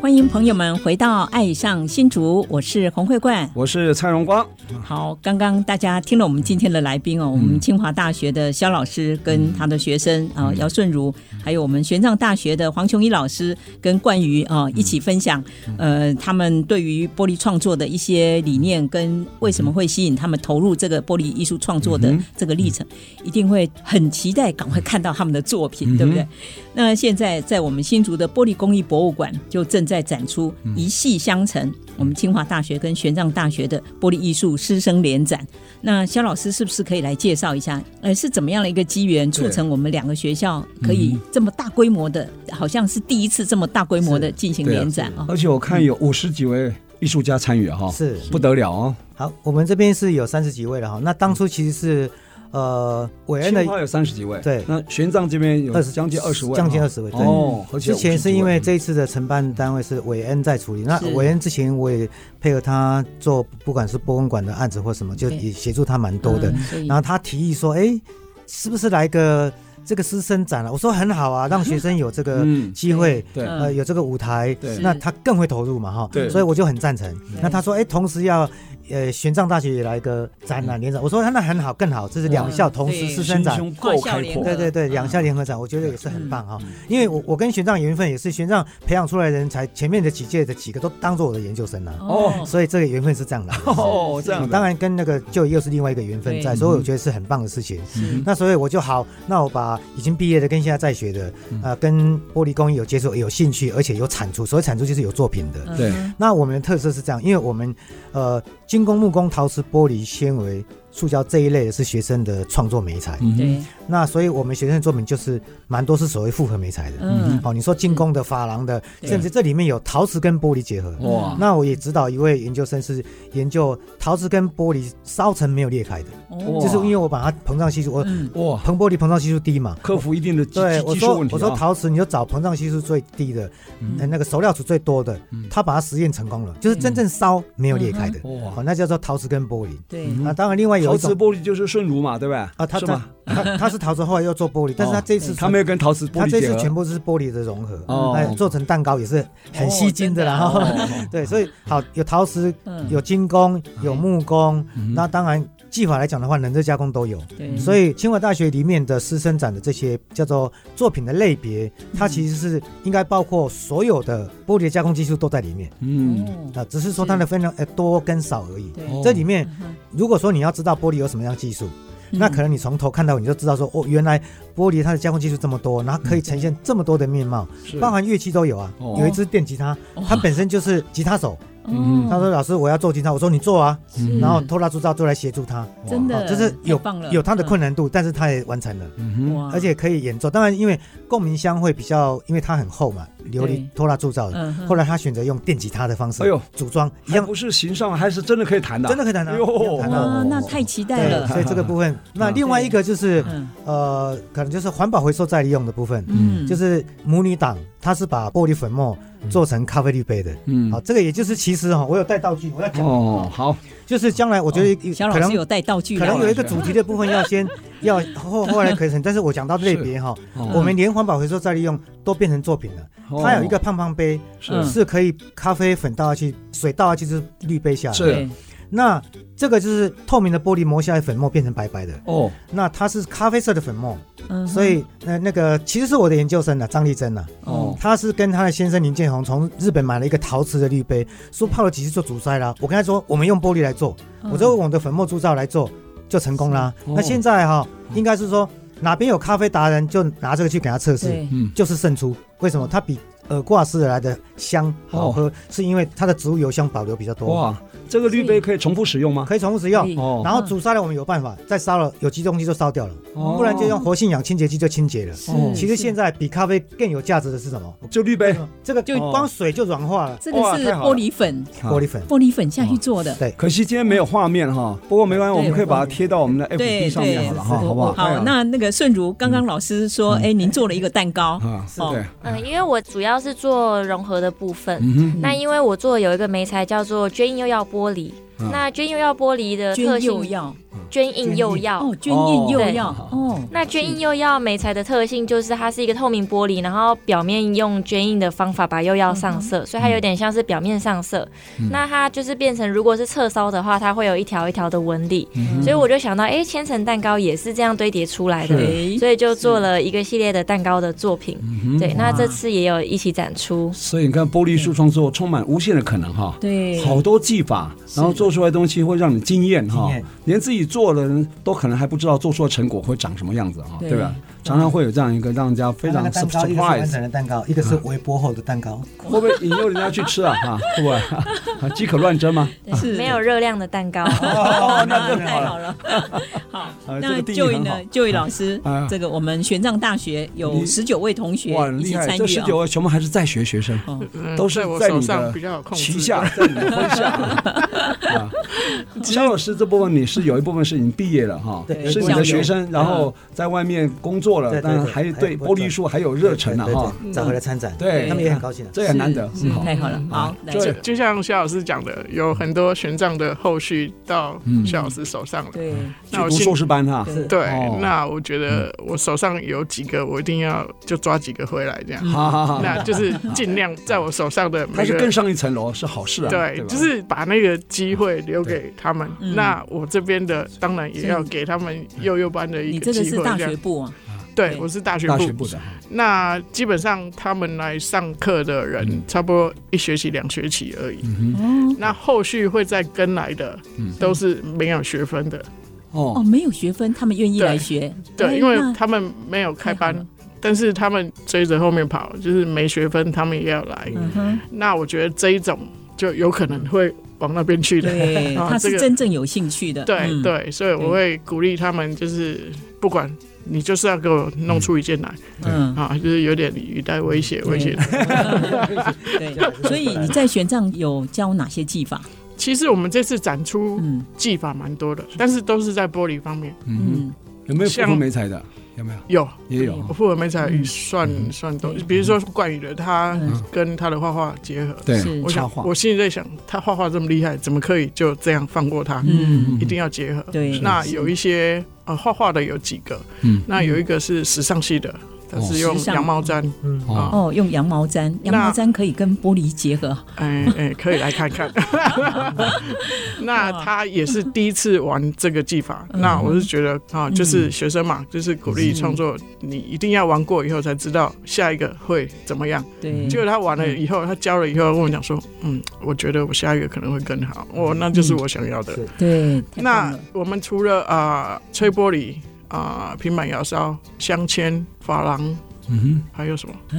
S1: 欢迎朋友们回到《爱上新竹》，我是洪慧冠。
S2: 我是蔡荣光。
S1: 好，刚刚大家听了我们今天的来宾哦，我们清华大学的肖老师跟他的学生啊、姚顺如，还有我们玄奘大学的黄琼一老师跟冠瑜啊、一起分享，呃，他们对于玻璃创作的一些理念跟为什么会吸引他们投入这个玻璃艺术创作的这个历程，一定会很期待赶快看到他们的作
S3: 嗯
S1: 品，对不对？那现在在我们新竹的玻璃工艺博物馆就正在展出“
S3: 嗯
S1: 一系相承”，我们清华大学跟玄奘大学的玻璃艺术师生联展。那肖老师是不是可以来介绍一下？呃，是怎么样的一个机缘促成我们两个学校可以这么大规模的，好像是第一次这么大规模的进行联展啊？
S2: 而且我看有五十几位艺术家参与啊哈，
S3: 是
S2: 不得了哦。
S3: 好，我们这边是有三十几位了哈。那当初其实是呃韦恩的
S2: 清华有三十几位，
S3: 对
S2: 那玄奘这边有
S3: 20
S2: 将近二十位哈，
S3: 将近20位对
S2: 哦，而且
S3: 之前是因为这
S2: 50
S3: 一次的承办单位是韦恩在处理，那
S1: 是
S3: 韦恩之前我也配合他做，不管是博文馆的案子或什么，就
S1: 对
S3: 也协助他蛮多的。
S1: 哦嗯嗯，所以
S3: 然后他提议说，哎，是不是来个这个师生展了，我说很好 啊，让学生有这个
S2: 嗯
S3: 机会，
S2: 对
S3: 呃，有这个舞台，
S2: 对
S3: 那他更会投入嘛哈，
S2: 对
S3: 所以我就很赞成。那他说，哎，同时要呃玄奘大学也来一个展览联展，我说那很好，更好，这是两校同时
S1: 对
S3: 师生
S2: 心
S3: 展，
S2: 胸够开
S1: 跨校
S2: 阔，
S3: 对
S1: 联
S3: 对对，
S1: 嗯
S3: 两校联合展，我觉得也是很棒哈、
S2: 嗯
S3: 因为我我跟玄奘缘分也是玄奘培养出来的人才，前面的几届的几个都当做我的研究生了、
S1: 哦，
S3: 所以这个缘分是这样来的。
S2: 哦，这样的
S3: 当然跟那个就又是另外一个缘分在，
S1: 对
S3: 所以我觉得是很棒的事情。
S2: 嗯
S3: 那所以我就好，那我把已经毕业的跟现在在学的，
S2: 嗯
S3: 呃，跟玻璃工艺有接触、有兴趣，而且有产出，所谓产出就是有作品的。
S1: 嗯
S2: 对
S3: 那我们的特色是这样，因为我们呃精工、木工、陶瓷、玻璃、纤维、塑胶这一类的是学生的创作美材。
S2: 嗯
S1: 对，
S3: 那所以我们学生的作品就是蛮多是所谓复合美材的。
S1: 嗯，
S3: 哦，你说精工的、珐琅的，
S1: 对
S3: 甚至这里面有陶瓷跟玻璃结合。
S2: 哇，
S3: 那我也指导一位研究生是研究陶瓷跟玻璃烧成没有裂开的，
S1: 哦
S3: 就是因为我把它膨胀系数，我
S1: 嗯
S2: 哇，
S3: 膨玻璃膨胀系数低嘛。
S2: 克服一定的技
S3: 对，
S2: 技
S3: 我
S2: 技
S3: 说
S2: 术问题
S3: 我说
S2: 啊
S3: 陶瓷，你就找膨胀系数最低的，
S2: 嗯
S3: 呃那个熟料组最多的
S2: 嗯，
S3: 他把它实验成功了，就是真正烧没有裂开的，哦，
S2: 哇，
S3: 那叫做陶瓷跟玻璃。
S1: 对，
S2: 嗯
S3: 那当然，另外有
S2: 陶
S3: 一
S2: 瓷
S3: 种
S2: 玻璃就是顺如嘛，对吧？
S3: 啊，他
S2: 是
S3: 他
S2: 吗？哦哎
S3: 他他是陶瓷，后来又做玻璃，但是他这一次
S2: 他没有跟陶瓷玻
S3: 它
S2: 璃
S3: 这
S2: 结
S3: 次
S2: 合。
S3: 全部是玻璃的融合，
S2: 哦
S3: 哎，做成蛋糕也是很吸睛的啦。
S2: 啊
S1: 哦
S2: 嗯
S3: 对，所以好有陶瓷，
S1: 嗯，
S3: 有精工，有木工，
S2: 嗯
S3: 那当然技法来讲的话，冷热加工都有。
S1: 对，
S3: 所以清华大学里面的师生展的这些叫做作品的类别，
S2: 嗯
S3: 它其实是应该包括所有的玻璃的加工技术都在里面
S2: 嗯，
S1: 哦
S3: 啊，只是说它的分量呃多跟少而已。
S1: 对
S2: 哦
S3: 这里面
S1: 嗯哼
S3: 如果说你要知道玻璃有什么样的技术，
S2: 嗯
S3: 那可能你从头看到你就知道说，哦，原来玻璃它的加工技术这么多，然后可以呈现这么多的面貌，
S2: 嗯是
S3: 包含乐器都有啊。
S2: 哦
S3: 有一支电吉他，他本身就是吉他手。
S1: 哦
S2: 嗯
S3: 他说：“老师，我要做吉他。”我说：“你做啊。”
S1: 是
S3: 然后托拉朱兆就来协助他，
S1: 嗯真
S3: 哦
S1: 的
S3: 就是有
S1: 太棒了嗯
S3: 有他的困难度，但是他也完成了，
S2: 嗯哼
S1: 哇
S3: 而且可以演奏。当然，因为共鸣箱会比较，因为它很厚嘛，琉
S1: 对
S3: 璃托拉铸造的。
S1: 嗯哼
S3: 后来他选择用电吉他的方式，
S2: 哎呦
S3: 组装一
S2: 还
S3: 样
S2: 不是形上，还是真的可以弹的，
S3: 真的可以弹啊
S2: 哎呦
S3: 一样弹啊
S1: 哇，哦那太期待
S3: 对，
S1: 了，
S3: 所以这个部分。那另外一个就是
S1: 嗯
S3: 呃，可能就是环保回收再利用的部分，
S1: 嗯，
S3: 就是母女党，它是把玻璃粉末做成咖啡滤杯的。
S2: 嗯
S3: 好，，这个也就是其实哈，我有带道具，我要讲，
S2: 哦，好，
S3: 就是将来我觉得
S1: 小
S3: 可
S1: 哦老
S3: 能
S1: 师有带道具
S3: 可
S1: 来
S3: 能
S1: 了，
S3: 有一个主题的部分要先 要后后来可成，但是我讲到类别哈，
S1: 嗯
S3: 我们连环保回收再利用都变成作品了。
S2: 哦
S3: 它有一个胖胖杯，
S2: 是
S3: 是可以咖啡粉倒下去，水倒下去就是滤杯下来。
S2: 哦是
S1: 对
S3: 那这个就是透明的玻璃磨下来粉末变成白白的，
S2: 哦，
S3: 那它是咖啡色的粉末，
S1: 嗯哼
S3: 所以呃那个其实是我的研究生啊呢，张丽珍呐，
S2: 哦，
S3: 她是跟她的先生林建宏从日本买了一个陶瓷的滤杯，说泡了几次就阻塞啦。我跟她说我们用玻璃来做，
S1: 嗯
S3: 我就用我的粉末铸造来做，就成功啦。
S2: 是哦
S3: 那现在哈、应该是说哪边有咖啡达人，就拿这个去给他测试，
S1: 对
S2: 嗯，
S3: 就是胜出。为什么？它比耳挂式的来的香好喝，是因为它的植物油香保留比较多，
S2: 哦哇，这个滤杯可以重复使用吗？
S3: 嗯可以重复使用
S1: 可。以
S2: 哦，
S3: 然后煮沙了，我们有办法，再烧了有机东西就烧掉了，
S2: 哦
S3: 不然就用活性氧清洁剂就清洁了。
S2: 哦
S3: 其实现
S1: 在
S3: 在比咖啡更有价值的是什么？
S2: 就滤杯，
S3: 这个哦
S1: 就
S3: 光水就软化了，
S1: 这个
S2: 哇
S1: 是
S2: 太好了
S1: 玻璃粉，
S2: 啊
S3: 玻璃粉。
S1: 玻璃粉下去做的，
S3: 对，
S2: 可惜今天没有画面哈，不过没关系，
S1: 对
S2: 我们可以把它贴到我们的
S1: 对
S2: FB 上面
S1: 对
S2: 好了哈，好不好？嗯
S1: 好，那那个顺如刚刚老师说，哎，您做了一个蛋糕，
S2: 啊，
S1: 哦
S2: 对，
S5: 嗯，因为我主要是做融合的部分。
S2: 嗯
S5: 那因为我做有一个媒材叫做捐印釉药玻璃，
S2: 嗯
S5: 那捐印釉药玻璃的特
S1: 捐
S5: 性
S1: 釉，药
S5: 捐印釉药。
S1: 哦，捐印釉
S5: 对
S1: 药哦，
S5: 那捐印釉药媒材的特性就是它是一个透明玻璃，然后表面用捐印的方法把釉药上
S2: 嗯
S5: 色，所以它有点像是表面上色。那它就是变成，如果是侧烧的话，它会有一条一条的纹理。
S2: 嗯
S5: 所以我就想到，哎，千层蛋糕也是这样堆叠出来的，
S1: 是
S5: 所以就做了一个系列的蛋糕的作品。对，那这次也有一起展出。
S2: 嗯所以你看，玻璃艺术创作充满无限的可能哈。
S1: 对，
S2: 好多技法，然后做出来的东西会让你惊艳哈
S3: 惊艳，
S2: 连自己做的人都可能还不知道做出来成果会长什么样子哈，
S1: 对
S2: 对吧？常常会有这样一个让人家非
S3: 嗯那
S2: 常
S3: 个蛋糕，一个是完
S2: surprise，
S3: 成的蛋糕，一个是微波后的蛋糕。
S2: 会不会引诱人家去吃啊？ 哈，会不会 啊饥渴乱真吗？
S1: 是啊
S5: 没有热量的蛋糕。
S2: 哦，那更
S1: 太
S2: 好 了。
S1: 好 了，好，
S2: 呃这
S1: 那
S2: 个定义
S1: 就
S2: 很
S1: 呢
S2: 好？
S1: 就老师
S2: 啊，
S1: 这个我们玄奘大学有
S2: 你
S1: 十九位同学
S2: 哇，很
S1: 一起
S2: 厉害！
S1: 参
S2: 这
S1: 与
S2: 十
S1: 啊
S2: 九，位全部还是在学学生，
S3: 哦
S4: 嗯
S2: 都是
S4: 在我
S2: 在
S4: 手
S2: 你
S4: 上
S2: 的
S4: 比较有控制
S2: 旗 下，在你的麾下。 啊，肖老师这部分你是有一部分是已经毕业了哈，
S3: 对嗯
S2: 是你的学生，然后在外面工过了，
S3: 对对
S2: 但
S3: 对
S2: 还
S3: 还
S2: 对
S3: 不
S2: 玻璃树还有热忱啊
S3: 对对
S2: 哈，
S3: 对再回来参展，
S2: 对
S3: 他们也很高兴啊。
S2: 这也很难得，
S1: 是
S2: 很好。
S1: 太好了，好，来
S2: 这
S4: 就像薛老师讲的，有很多玄奘的后续到
S2: 嗯
S4: 薛老师手上了。
S1: 对，
S2: 去
S4: 那我
S2: 读硕
S4: 信
S2: 士班哈，
S1: 是
S4: 对
S2: 哦，
S4: 那我觉得我手上有几个，我一定要就抓几个回来这样。
S2: 好好好，
S4: 那就是尽量在我手上的
S2: 它
S4: 每
S2: 嗯是
S4: 个
S2: 更上一层楼，是好事啊，
S4: 对，
S2: 吧
S4: 就是把那个机会留给他们。
S1: 嗯
S4: 那我这边的当然也要给他们幼幼班的一
S1: 你
S4: 个
S1: 这个
S4: 机
S1: 是
S4: 会，
S1: 大
S4: 这
S1: 学
S4: 样。
S1: 部啊，
S4: 对
S1: 对，
S4: 我是大学
S2: 大
S4: 部。
S2: 学部的，
S4: 那基本上他们来上课的
S1: 嗯
S4: 人，差不多一学期、两学期而已。
S1: 哦
S4: 那后续会再跟来的，
S1: 嗯
S4: 都是没有学分的。
S1: 哦，
S2: 哦，
S1: 没有学分，他们愿意来学，哎
S4: 对，因为
S1: 那
S4: 他们没有开
S1: 太好了
S4: 班，但是他们追着后面跑，就是没学分，他们也要来。
S1: 嗯 哼，
S4: 那我觉得这一种就有可能会往那边去的。
S1: 对，
S4: 啊
S1: 他
S4: 这
S1: 是
S4: 个
S1: 真正有兴趣的，
S4: 对、
S1: 嗯，
S4: 对，所以我会鼓励他们，就是不管你就是要给我弄出一件来、
S1: 嗯，
S4: 啊，就是有点语带威胁，威胁。
S1: 对，所以你在玄奘有教哪些技法？
S4: 其实我们这次展出
S1: 嗯
S4: 技法蛮多的，但是都是在玻璃方面
S2: 嗯，
S1: 嗯，
S2: 有没有复
S4: 像
S2: 合美彩的？有没有？
S4: 有。
S2: 也有嗯
S4: 我，复合美彩算算多，比如说冠宇的，他
S1: 嗯
S4: 跟他的画画结合。
S2: 对，
S1: 是
S4: 我想
S2: 插画，
S4: 我心里在想，他画画这么厉害，怎么可以就这样放过他？
S1: 嗯
S4: 一定要结合。
S1: 对
S4: 那有一些呃画画的有几个，
S2: 嗯
S4: 那有一个是时尚系的，他是用
S1: 时尚
S4: 羊毛毡，
S3: 嗯，
S2: 哦
S1: 哦，用羊毛毡，羊毛毡可以跟玻璃结合，
S4: 哎哎，可以来看看。那他也是第一次玩这个技法，那我是觉得啊，就是学生嘛，就是鼓励创作，你一定要玩过以后才知道下一个会怎么样。
S1: 对，
S4: 结果他玩了以后，他教了以后跟我讲说，嗯，我觉得我下一个可能会更好，哦，那就是我想要的。
S3: 是
S1: 对，太棒
S4: 那
S1: 了
S4: 我们除了啊、呃吹玻璃啊、呃平板摇烧、镶嵌、珐琅，
S2: 嗯哦
S4: 还有什么？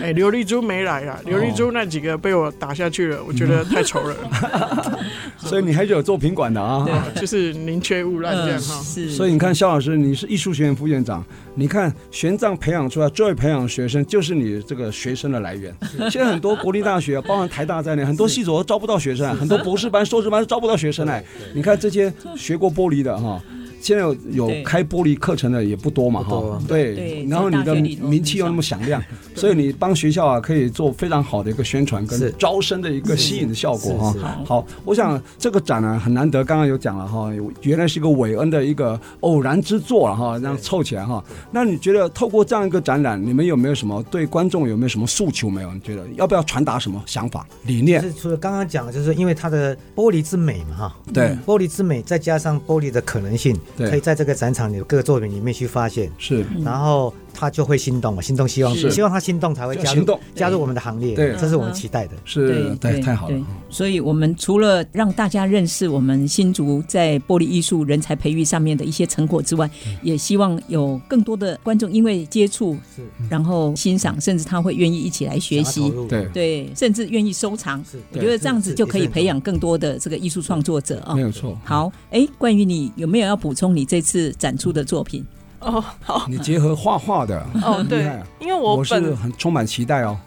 S4: 哎、琉璃珠没来啦，琉璃珠那几个被我打下去了，我觉得太丑了，
S2: 嗯
S4: 哦
S2: 哼，所以你还是有做品管的啊。
S1: 对
S4: 就是宁缺毋滥这样
S1: 嗯，
S4: 哈。
S1: 是，
S2: 所以你看，肖老师，你是艺术学院副院长，你看玄奘培养出来、最培养学生，就是你这个学生的来源。现在很多国立大学，包含台大在内，很 多系所都招不到学生，很多博士班、硕士班都招不到学生来。你看这些学过玻璃的哈。现在有有
S1: 对
S2: 开玻璃课程的也不多嘛，
S3: 不多
S2: 哈
S3: 啊，
S2: 对
S1: 对，
S2: 然后你
S1: 在
S2: 的
S1: 大学里头
S2: 名气又那么响 亮，所以你帮学校啊可以做非常好的一个宣传
S3: 是
S2: 跟招生的一个吸引的效果哈
S3: 是是。
S2: 好，我想这个展呢很难得，刚刚有讲了哈，原来是一个韦恩的一个偶然之作了哈，这样凑起来哈。那你觉得透过这样一个展览，你们有没有什么对观众有没有什么诉求没有？你觉得要不要传达什么想法、理
S3: 就
S2: 念？
S3: 是除了刚刚讲的，就是因为它的玻璃之美嘛，哈，
S2: 对，
S3: 玻璃之美再加上玻璃的可能性，
S2: 对
S3: 可以在这个展场里的各个作品里面去发现，
S2: 是，
S3: 然后他就会心动嘛，心动希望
S2: 是
S3: 希望他心动才会
S2: 就
S3: 加
S2: 行
S3: 入
S2: 动
S3: 加入我们的行列，
S2: 对
S3: 这是
S1: 嗯
S3: 我们期待的。
S2: 是，对，太好了。
S1: 对所以我们除了让大家认识我们新竹在玻璃艺术人才培育上面的一些成果之外，也希望有更多的观众因为接触
S3: 是，
S1: 然后欣赏，甚至他会愿意一起来学
S3: 想要
S1: 习
S3: 投，入
S2: 对
S1: 对，甚至愿意收藏。
S3: 是
S1: 我觉得这样子就可以培。
S3: 是
S1: 养更多的这个艺术创作者啊
S2: 没。有错，
S1: 好，哎，关于你有没有要补充你这次展出的作品？
S6: 哦，好，
S2: 你结合画画的，
S6: 哦，
S2: 厉
S6: 对
S2: 害啊，
S6: 因为我
S2: 我
S6: 本
S2: 是很充满期待哦。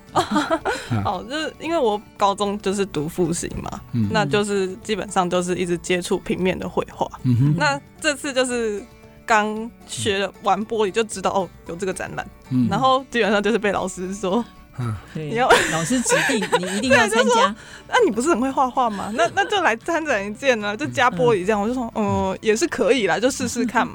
S6: 哦，就是因为我高中就是读复习嘛，
S2: 嗯
S6: 那就是基本上就是一直接触平面的绘画。
S2: 嗯哼，
S6: 那这次就是刚学了玩玻璃就知道哦有这个展览，
S2: 嗯
S6: 然后基本上就是被老师说，
S1: 对
S6: 你要
S1: 老师指定你一定要
S6: 对就
S1: 参
S6: 说
S1: 加，
S6: 那、你不是很会画画吗？那那就来参展一件
S1: 嗯
S6: 呢、就加玻璃这样。我就说，嗯，也是可以啦，就试试看嘛。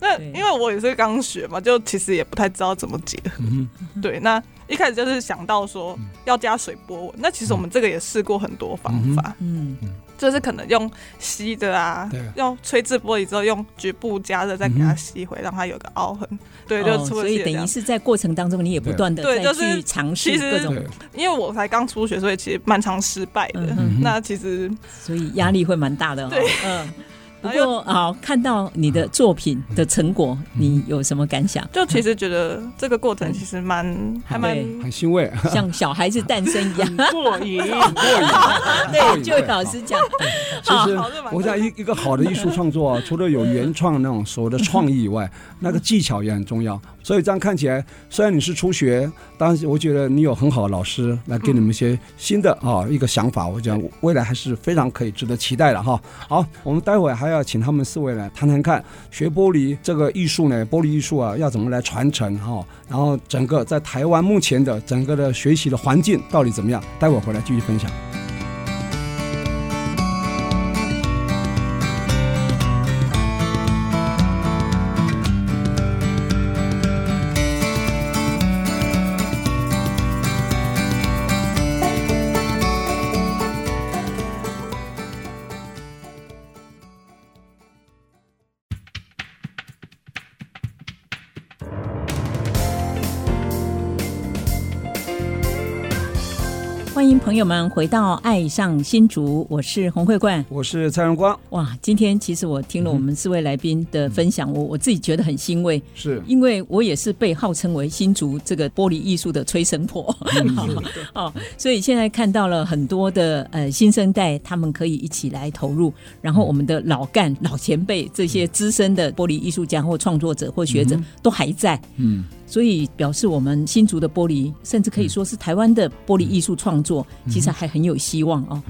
S6: 那
S1: 嗯对
S6: 因为我也是刚学嘛，就其实也不太知道怎么结合。
S2: 嗯
S6: 对，那一开始就是想到说
S1: 嗯
S6: 要加水波纹，那其实我们这个也试过很多方法。
S1: 嗯，
S6: 就是可能用吸的啊
S2: 对，
S6: 用吹制玻璃之后用局部加热再给它吸回，让它有个凹痕。对，就
S1: 嗯哦
S6: 出了
S1: 所
S6: 这
S1: 以等
S6: 样
S1: 于。是在过程当中，你也不断的
S6: 对
S1: 再
S6: 就是
S1: 去尝试
S6: 其实
S1: 各
S2: 哼，
S1: 种
S2: 对，
S6: 因为我才刚初学，所以其实蛮常失败的。
S1: 嗯
S2: 哼
S6: 那其实
S1: 所以压力会蛮大的、哦。
S6: 对，
S1: 嗯。不
S6: 然后又
S1: 过好，看到你的作品的成果，你有什么感想？
S6: 就其实觉得这个过程其实蛮还蛮
S1: 对
S2: 嗯很欣 慰。
S1: 像小孩子诞生一样，
S4: 过瘾，
S1: 对， 就老师讲，
S2: 其实
S6: 好这蛮
S2: 我想一一个好的艺术创作 啊，除了有原创那种所谓的创意以外，那个技巧也很重 要。所以这样看起来，虽然你是初学，但是我觉得你有很好的老师来给你们一些新的啊一个想法，我讲未来还是非常可以值得期待的哈。好，我们待会还他要请他们四位来谈谈看，学玻璃这个艺术呢，玻璃艺术啊，要怎么来传承哈、然后整个在台湾目前的整个的学习的环境到底怎么样？待会儿回来继续分享。
S1: 欢迎朋友们回到《爱上新竹》，我是洪慧冠。
S2: 我是蔡荣光，
S1: 哇，今天其实我听了我们四位来宾的分享，我我自己觉得很欣慰，
S2: 是
S1: 因为我也是被号称为新竹这个玻璃艺术的催生婆，哦，所以现在看到了很多的呃新生代，他们可以一起来投入，然后我们的老干、老前辈这些资深的玻璃艺术家或创作者或学者都还在，
S2: 嗯，
S1: 所以表示我们新竹的玻璃，甚至可以说是台湾的玻璃艺术创作，其实还很有希望哦。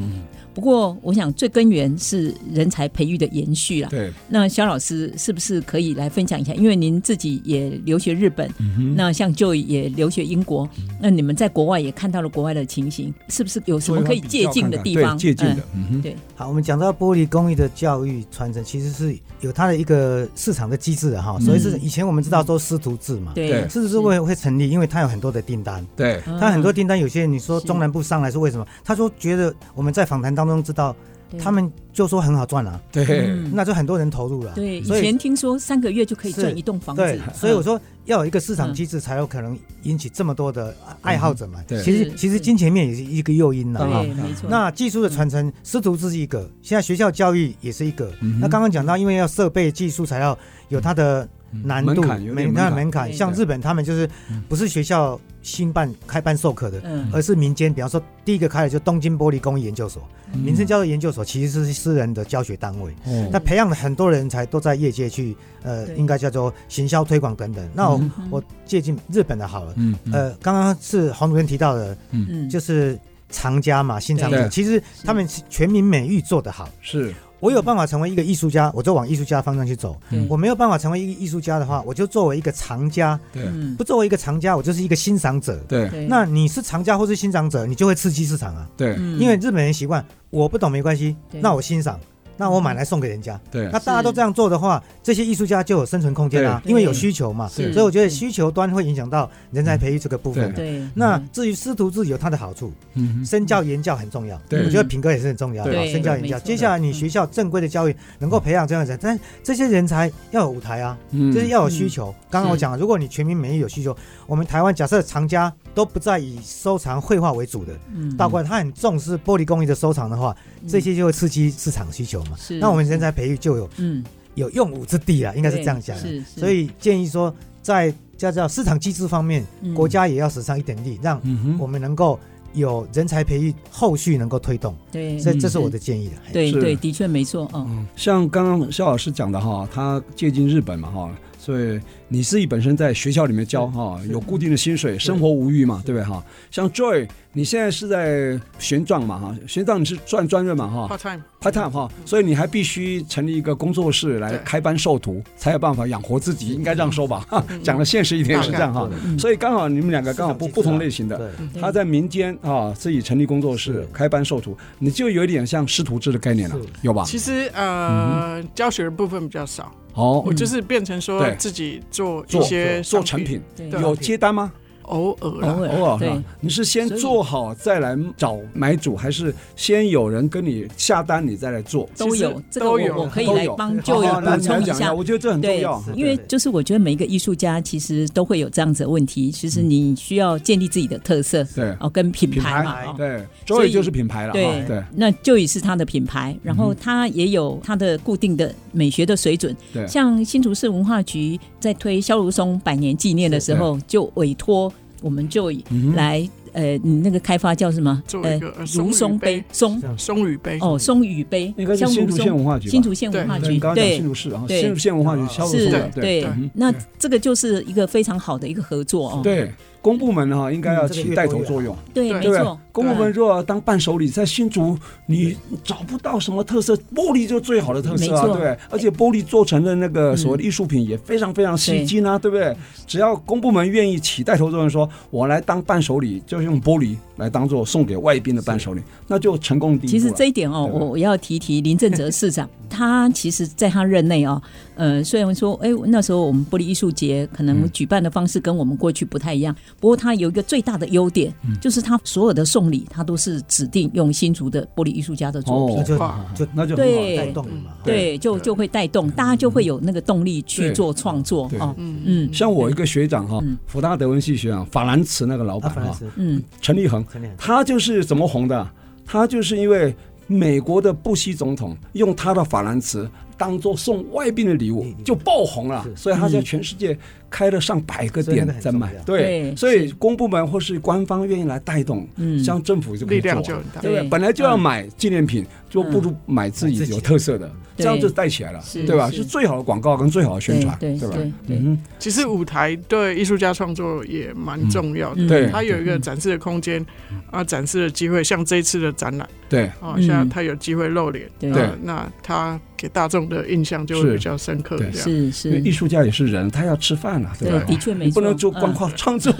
S1: 不过，我想最根源是人才培育的延续啦。
S2: 对，
S1: 那肖老师是不是可以来分享一下？因为您自己也留学日本，
S3: 嗯
S1: 那像 Joy 也留学英国，那你们在国外也看到了国外的情形，是不是有什么可以借鉴的地方？
S2: 对借鉴的
S1: 嗯，
S2: 嗯哼，
S1: 对，
S3: 好，我们讲到玻璃工艺的教育传承，其实是有它的一个市场的机制的哈。所以是以前我们知道说师徒制嘛，
S2: 对
S1: 嗯对，
S3: 师徒制会会成立，因为它有很多的订单，嗯
S2: 对，
S3: 它很多
S1: 啊
S3: 订单有些你说
S1: 是
S3: 中南部上来是为什么？他说觉得我们在访谈当中知道，他们就说很好赚啊，
S2: 对，
S1: 嗯
S3: 那就很多人投入了。
S1: 对，以
S3: 所以
S1: 前听说三个月就可以赚
S3: 是
S1: 一栋房
S3: 对
S1: 子，，嗯
S3: 所以我
S1: 说
S3: 说要有一个市场机制，才有可能引起这么多的爱好者嘛。
S2: 对
S3: 其
S1: 是
S3: 实其实
S1: 是
S3: 金钱面也是一个诱因了
S2: 当
S3: 哈
S2: 然。
S1: 嗯对，没错，
S3: 啊那技术的传承，师徒制是一个，现在学校教育也是一个。
S2: 嗯
S3: 那刚刚讲到，因为要设备、技术材料有它的难度、
S2: 门槛有点门
S3: 门槛
S2: 槛嗯
S3: 门槛。
S1: 对
S3: 像日本他们就是不是学校新办开办授课的，
S1: 嗯
S3: 而是民间，比方说第一个开的就东京玻璃工艺研究所，名称叫做研究所，其实是私人的教学单位。
S2: 嗯哦
S3: 那培养了很多人才都在业界去，呃，
S1: 对
S3: 应该叫做行销推广等等。那我、
S2: 嗯
S3: 我借鉴日本的好了，
S2: 嗯，嗯
S3: 呃，刚刚是黄主任提到的，
S1: 嗯
S3: 就是藏家嘛，新藏
S2: 对
S3: 家，其实他们全民美育做得好。
S2: 是
S3: 我有办法成为一个艺术家，我就往艺术家方向去走
S1: 对。
S3: 我没有办法成为一个艺术家的话，我就作为一个藏家，
S2: 对
S1: 嗯
S3: 不作为一个藏家，我就是一个欣赏者。
S2: 对
S1: 对
S3: 那你是藏家或是欣赏者，你就会刺激市场啊。
S2: 对
S1: 嗯
S3: 因为日本人习惯，我不懂没关系
S1: 对，嗯
S3: 那我欣赏，那我买来送给人家。
S2: 对
S3: 那大家都这样做的话，这些艺术家就有生存空间啊，
S1: 对
S3: 因为有需求嘛。
S1: 是
S3: 所以我觉得
S1: 是
S3: 需求端会影响到人才培育这个部分。
S1: 对
S3: 那
S1: 嗯
S3: 至于师徒制有它的好处，
S2: 嗯哼
S3: 身教言教很重要，
S2: 对
S3: 我觉得品格也是很重要的，
S1: 对
S3: 身教
S1: 没
S3: 言
S1: 错
S3: 教。接下来你学校正规的教育能够培养这样的人，但这些人才要有舞台啊，
S2: 嗯
S3: 就是要有需求。刚刚我讲了，如果你全民免疫有需求，我们台湾假设藏家都不再以收藏绘画为主的，
S1: 嗯
S3: 倒过来他很重视玻璃工艺的收藏的话，
S1: 嗯
S3: 这些就会刺激市场需求嘛
S1: 是。
S3: 那我们人才培育就有
S1: 嗯
S3: 有用武之地啊，应该是
S1: 对
S3: 这样讲。
S1: 是是
S3: 所以建议说，在叫叫市场机制方面，
S1: 嗯
S3: 国家也要使上一点力，让
S2: 嗯哼
S3: 我们能够有人才培育，后续能够推动，
S2: 嗯
S1: 对
S3: 所以这是我的建议了。
S1: 对
S2: 是
S1: 对，的确没错哦，
S2: 嗯，像刚刚肖老师讲的哈，他借鉴日本嘛哈，所以你自己本身在学校里面教哈，有固定的薪水，生活无虞嘛，对不对哈？像 Joy，你现在是在玄奘嘛哈，玄奘你是赚专任嘛哈
S4: part time
S2: ，part time 哈，所以你还必须成立一个工作室来
S4: 对
S2: 开班授徒，才有办法养活自己，应该这样说吧？哈讲的现实一点是这样哈
S3: 大概，
S2: 所以刚好你们两个刚好不
S3: 市场机制啊
S2: 不同类型的。
S3: 对，
S1: 对
S2: 他在民间啊，自己成立工作室
S3: 是，
S2: 开班授徒，你就有一点像师徒制的概念了
S3: 是，
S2: 有吧？
S4: 其实呃，教学的部分比较少，
S2: 嗯哦，嗯
S4: 我就是变成说
S2: 对
S4: 自己做一
S2: 做
S4: 些
S2: 做成品，哦
S1: 对
S4: 对
S2: 有接单吗？
S4: 偶尔啊啦
S1: 偶尔
S2: 偶尔
S1: 对
S2: 哈，你是先
S1: 所以
S2: 做好再来找买主，还是先有人跟你下单，你再来做？
S1: 都
S4: 其实
S1: 有这个
S4: 都
S1: 我
S4: 有
S1: 我可以
S2: 都
S1: 来
S2: 有
S1: 帮
S2: 好
S1: 就有
S2: 好那
S1: 补
S2: 你来
S1: 充一
S2: 讲
S1: 下
S2: 我，觉得这很重
S1: 对
S2: 要。
S3: 是
S1: 因为就是我觉得每一个艺术家，其实都会有这样子的问题。其实你需要建立自己的特色，
S2: 对
S1: 哦，跟品
S2: 嗯品
S1: 牌嘛，
S2: 牌
S1: 哦，
S2: 对，
S1: 所以
S2: Joy 就是品牌了哈。啊
S1: 对
S2: 对嗯
S1: 那就也是他的品牌，然后他也有他的固定的美学的水准。
S2: 对
S1: 像新竹市文化局在推萧如松百年纪念的时候，就委托我们
S2: 嗯
S1: 就来、呃，你那个开发叫什么？
S4: 做
S1: 呃
S4: 一个呃，松
S1: 如
S4: 雨
S1: 松
S4: 杯
S1: 杯松
S4: 松雨杯
S1: 哦，松雨杯
S2: 应该，是
S1: 萧
S2: 新
S1: 如
S2: 竹县
S1: 松，
S2: 文化局吧。
S1: 新竹县文
S4: 对
S1: 化
S2: 对，你
S1: 局
S2: 刚刚讲新竹市，然后
S1: 对
S2: 新竹县文化局
S3: 对
S2: 销售
S1: 是
S2: 的，
S1: 对
S2: 嗯哼
S1: 那这个就是一个非常好的一个合作哦。
S2: 对公部门哈应该要
S3: 嗯这个
S2: 起
S3: 越
S2: 带
S3: 多
S2: 头
S3: 越
S2: 作
S3: 好
S2: 用，
S1: 对，啊
S4: 对
S1: 没
S2: 对不啊对
S1: 错，？
S2: 公部门如果当伴手礼，在新竹你找不到什么特色，玻璃就是最好的特色啊，
S1: 没
S2: 对
S1: 错嗯
S2: 不对？而且玻璃做成的那个所谓的艺术品也非常非常吸睛啊，对不对？只要公部门愿意起带头作用，说我来当伴手礼，就用玻璃来当做送给外宾的伴手礼，那就成功第
S1: 其
S2: 一步
S1: 实
S2: 了。
S1: 这一点哦，
S2: 对吧
S1: 我我要提一提林正哲市 长，他其实在他任内哦，呃，虽然说，哎，那时候我们玻璃艺术节可
S2: 嗯
S1: 能举办的方式跟我们过去不太一样，不过他有一个最大的优点，
S2: 嗯
S1: 就是他所有的送礼，他都是指定用新竹的玻璃艺术家的
S2: 哦
S1: 作品。
S3: 那就
S4: 哇
S3: 就
S2: 那就很好
S1: 对
S3: 带动了嘛。
S1: 对，就就会带动，大家就会有那个动力去
S2: 嗯对
S1: 做创作
S2: 对
S1: 哦。
S4: 嗯
S1: 嗯
S2: 像我一个学长哈
S1: 嗯，
S2: 福大德文系学长法兰茨那个老
S3: 啊，
S2: 板
S3: 反而
S2: 哈，
S3: 是
S1: 嗯，
S2: 陈立恒，
S3: 陈亮
S2: 他就是怎么红的？他就是因为美国的布希总统用他的法兰茨当做送外宾的礼物
S3: 嗯，嗯
S2: 就爆红了，
S3: 是嗯
S2: 所以他在全世界开了上百个
S3: 所以
S2: 店
S3: 那个很
S2: 在卖
S3: 重要。
S2: 对，
S1: 对
S2: 所以公部门或是官方愿意来带动，
S1: 嗯
S2: 像政府就可以
S4: 力
S2: 做
S4: 量
S2: 啊
S4: 就很大。
S2: 对不对？
S1: 对
S2: 本来就要买纪念品，就不如买自
S3: 买自
S2: 己
S3: 己
S2: 有特色的，
S1: 嗯
S2: 这
S1: 对
S2: 样就带起来了，
S1: 是
S2: 对吧？
S1: 是
S2: 是最好的广告跟最好的宣传，
S1: 对
S2: 吧？
S1: 对对
S2: 嗯
S4: 其实舞台对艺术家创作也蛮重要的，
S1: 嗯
S2: 对嗯
S4: 它有一个展示的空间啊，展示的机会，像这一次的展览
S2: 哼，对
S4: 啊，
S1: 嗯
S4: 像它有机会露脸，
S1: 对
S4: 啊那它给大众的印象就会
S2: 嗯是
S4: 比较深刻。
S2: 对
S4: 这样
S1: 是
S2: 因为艺
S1: 是，
S2: 术家也是人，他要吃饭啊，
S1: 对
S2: 吧？，
S1: 的确没
S2: 你
S1: 错，
S2: 不能就光
S1: 嗯
S2: 靠 创作，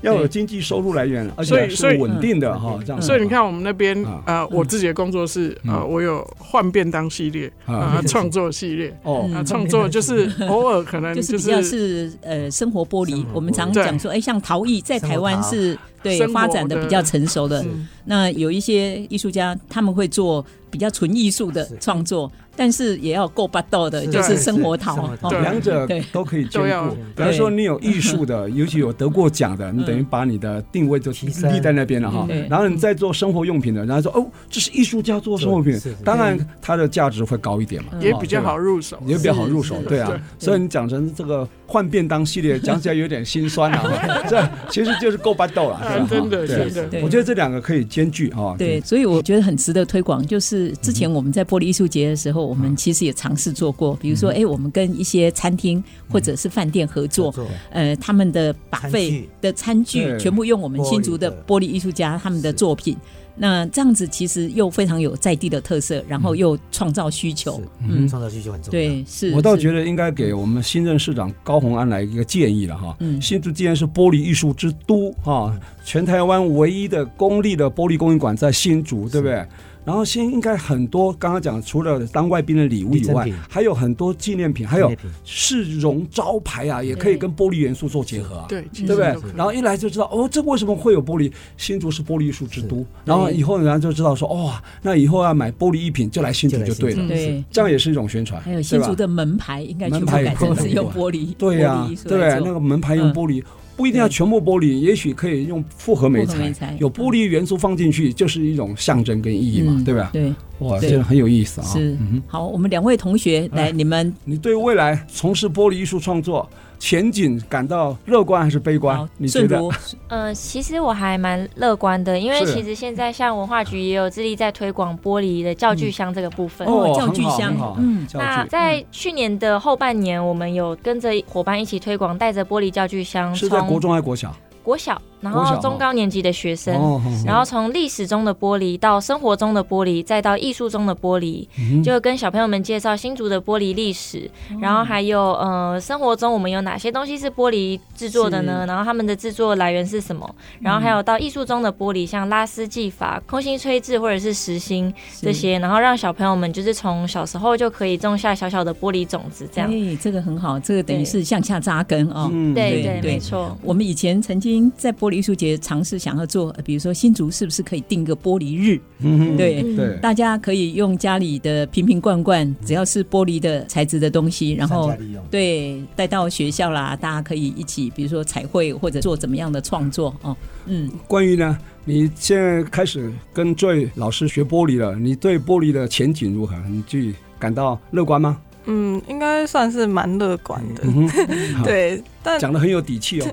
S2: 要有经济收入来源，啊而且
S4: 所以所
S2: 是
S4: 以
S2: 稳定
S1: 嗯
S2: 的哈，这样子。
S4: 所以你看，我们那边
S2: 啊
S4: 呃，我自己的工作室
S2: 嗯
S4: 呃，我有换便当系列
S2: 啊
S4: 啊，创作系列
S2: 哦
S1: 嗯
S4: 啊，创作就是 偶尔可能
S1: 就是
S4: 就
S1: 比较
S4: 是
S1: 是呃生活玻璃
S3: 生活，玻璃
S1: 我们常讲说，哎，像陶艺在台湾是对
S4: 生活
S1: 发展的比较成熟的
S4: 是。
S1: 那有一些艺术家他们会做比较纯艺术的
S3: 是
S1: 创作，但是也要够霸道的，
S3: 是
S1: 就是
S4: 对
S1: 生活
S3: 是
S1: 陶
S3: 生活。陶
S1: 哦
S4: 对
S2: 两者
S1: 对
S2: 都可以兼
S4: 都要
S2: 顾。比方说，你有艺术的，尤其有得过奖的，你等于把你的定位就
S3: 提升
S2: 立在那边了哈
S1: 嗯对。
S2: 然后你再做生活用品的，然后说哦，这是艺术家做生活品
S3: 是是是，
S2: 当然它的价值会高一
S1: 嗯
S2: 点嘛，
S4: 也
S2: 哦
S4: 比较
S2: 对吧
S4: 好入手，
S2: 也比较好入手，
S1: 是
S2: 对啊
S4: 对，
S2: 所以你讲成这个换便当系列，讲起来有点心酸 啊，这其实就是够巴豆了，对
S4: 啊
S2: 吧，
S4: 真的
S2: 对啊
S4: 真的
S1: 对
S2: 我觉得这两个可以兼具啊，
S1: 对，所以我觉得很值得推广。就是之
S3: 嗯
S1: 前我们在玻璃艺术节的时候，我们其实也尝试做过，比如
S3: 嗯
S1: 说，哎，我们跟一些餐厅或者是饭店合作，
S3: 做
S1: 呃，他们的把
S3: 餐
S1: 费
S3: 具
S1: 的餐具
S2: 对
S1: 全部用我们新竹的玻璃艺术家他们的作品。那这样子其实又非常有在地的特色，然后又创造需求
S3: 是。
S1: 嗯，
S3: 创造需求很重要。
S1: 对，是。
S2: 我倒
S1: 是
S2: 觉得应该给我们新任市长高鸿安来一个建议了哈。
S1: 嗯
S2: 新竹既然是玻璃艺术之都哈，全台湾唯一的公立的玻璃工艺馆在新竹，对不对？然后新应该很多，刚刚讲除了当外宾的礼物以外
S3: 礼赠品，
S2: 还有很多纪念品，还
S3: 纪
S2: 有
S3: 念品
S2: 市容招牌啊，也可以跟玻璃元素做结合啊。
S4: 对，其实
S2: 对不对
S4: 都可以？
S2: 然后一来就知道哦，这为什么会有玻璃？新竹是玻璃艺术之都，然后以后人家就知道说，哦，那以后要买玻璃艺品就来新竹就对了
S3: 就，来新竹
S1: 对，
S2: 这样也是一种宣传，
S1: 还有新
S2: 对吧
S1: 竹的门牌应该全部
S2: 门牌
S1: 改成
S2: 也
S1: 是用
S2: 不
S1: 玻璃，
S2: 对呀、
S1: 玻璃艺术
S2: 对不
S1: 来
S2: 对？啊
S1: 做嗯
S2: 那个门牌用玻璃。不一定要全部玻璃，也许可以用复合
S1: 复
S2: 媒
S1: 合
S2: 材，
S1: 媒材
S2: 有玻璃元素放进去，就是一种象征跟意义嘛，
S1: 嗯
S2: 对吧？
S1: 对，
S2: 哇，
S1: 对
S2: 这个很有意思啊！
S1: 是
S2: 嗯哼、
S1: 好，我们两位同学
S2: 哎
S1: 来，你们
S2: 你对未来从事玻璃艺术创作前景感到乐观还是悲观
S1: 好？，
S2: 你
S1: 哦
S2: 觉
S1: 顺
S2: 得？哦
S1: 如
S5: 嗯，其实我还蛮乐观的，因为
S2: 是
S5: 其实现在像文化局也有致力在推广玻璃的教具箱这个部分。
S2: 哦，
S1: 教具
S2: 很好
S1: 箱
S2: 很好
S1: 嗯
S2: 教
S5: 那
S2: 具
S5: 在去年的后半年，我们有跟着伙伴一起推广，带着玻璃教具箱，
S2: 是在
S5: 从
S2: 国中还是国小？
S5: 国小，然
S2: 国小
S5: 后
S2: 哦
S5: 中高年级的学生，
S2: 哦，
S5: 然后从历史中的玻璃到生活中的玻璃，再到艺术中的玻璃，
S2: 嗯
S5: 就跟小朋友们介绍新竹的玻璃历史，然后还有呃生活中我们有哪些东西是玻璃制作的呢？然后他们的制作来源是什么？然后还有到艺术中的玻璃，像拉丝技法、空心吹制或者是实心这些，然后让小朋友们就是从小时候就可以种下小小的玻璃种子，这样。
S1: 哎，这个很好，这个等于
S5: 对
S1: 是向下扎根哦。
S2: 嗯
S5: 对
S1: 对
S5: 对，
S1: 对
S5: 没错。
S1: 我们以前曾经在玻璃艺术节尝试想要做，呃比如说新竹是不是可以定个玻璃日？
S2: 嗯哼
S1: 对
S2: 对，
S1: 大家可以用家里的瓶瓶罐罐，只要是玻璃的材质的东
S2: 嗯
S1: 西，然后
S3: 善加利用
S1: 对带到学校啦，大家可以一起，比如说彩绘或者做怎么样的创作哦。 嗯，
S2: 关于呢，你现在开始跟这位老师学玻璃了，你对玻璃的前景如何？你去感到乐观吗？
S6: 嗯，应该算是蛮乐观的，
S2: 嗯哼，好
S6: 对，但
S2: 讲的很有底气哦，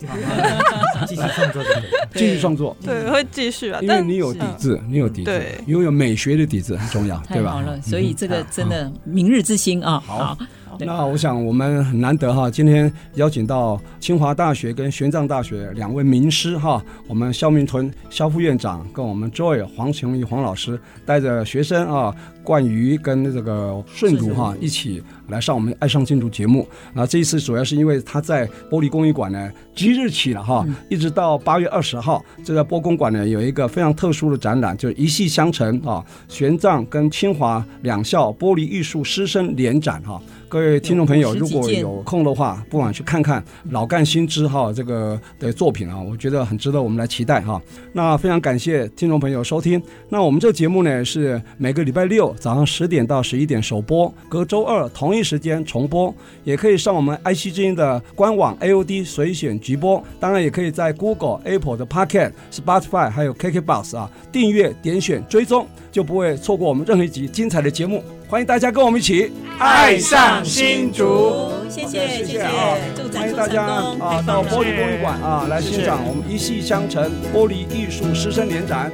S3: 继续创作就可以。
S2: 继续创作，
S6: 对会继续啊，
S2: 嗯因为
S6: 但
S2: 你有底子，你有底子
S6: 对，
S2: 拥有美学的底子很重要，
S1: 太
S2: 对吧？
S1: 好了，
S2: 嗯
S1: 所以这个真的明日之星啊、好，对
S2: 那我想我们很难得哈，今天邀请到清华大学跟玄奘大学两位名师哈，我们肖明屯肖副院长跟我们 Joy 黄琼玉黄老师带着学生啊，冠瑜跟这个顺如哈一起来上我们爱上建筑节目。啊，这一次主要是因为他在玻璃工艺馆呢，即日起了哈，一直到八月二十号，这个波公馆呢有一个非常特殊的展览，就是一系相承啊，玄奘跟清华两校玻璃艺术师生联展哈。各位听众朋
S1: 有
S2: 友，
S1: 五十
S2: 如
S1: 几
S2: 果
S1: 件
S2: 有空的话，不妨去看看老干新知哈这个的作品啊，我觉得很值得我们来期待哈。那非常感谢听众朋友收听。那我们这个节目呢是每个礼拜六早上十点到十一点首播，隔周二同一时间重播，也可以上我们 IC 之音的官网 AOD 随选直播，当然也可以在 Google、Apple 的 Pocket、Spotify 还有 KKBox 啊订阅、点选、追踪，就不会错过我们任何一集精彩的节目。欢迎大家跟我们一起
S4: 爱上新竹。
S1: 谢谢谢
S2: 谢
S1: 谢
S2: 啊，
S1: 祝
S2: 欢
S1: 展
S2: 迎
S1: 出
S2: 大
S1: 成
S2: 家
S1: 功，
S2: 啊到玻璃
S4: 谢
S2: 玻璃馆啊来欣赏我们一系相承玻璃艺术师生联展。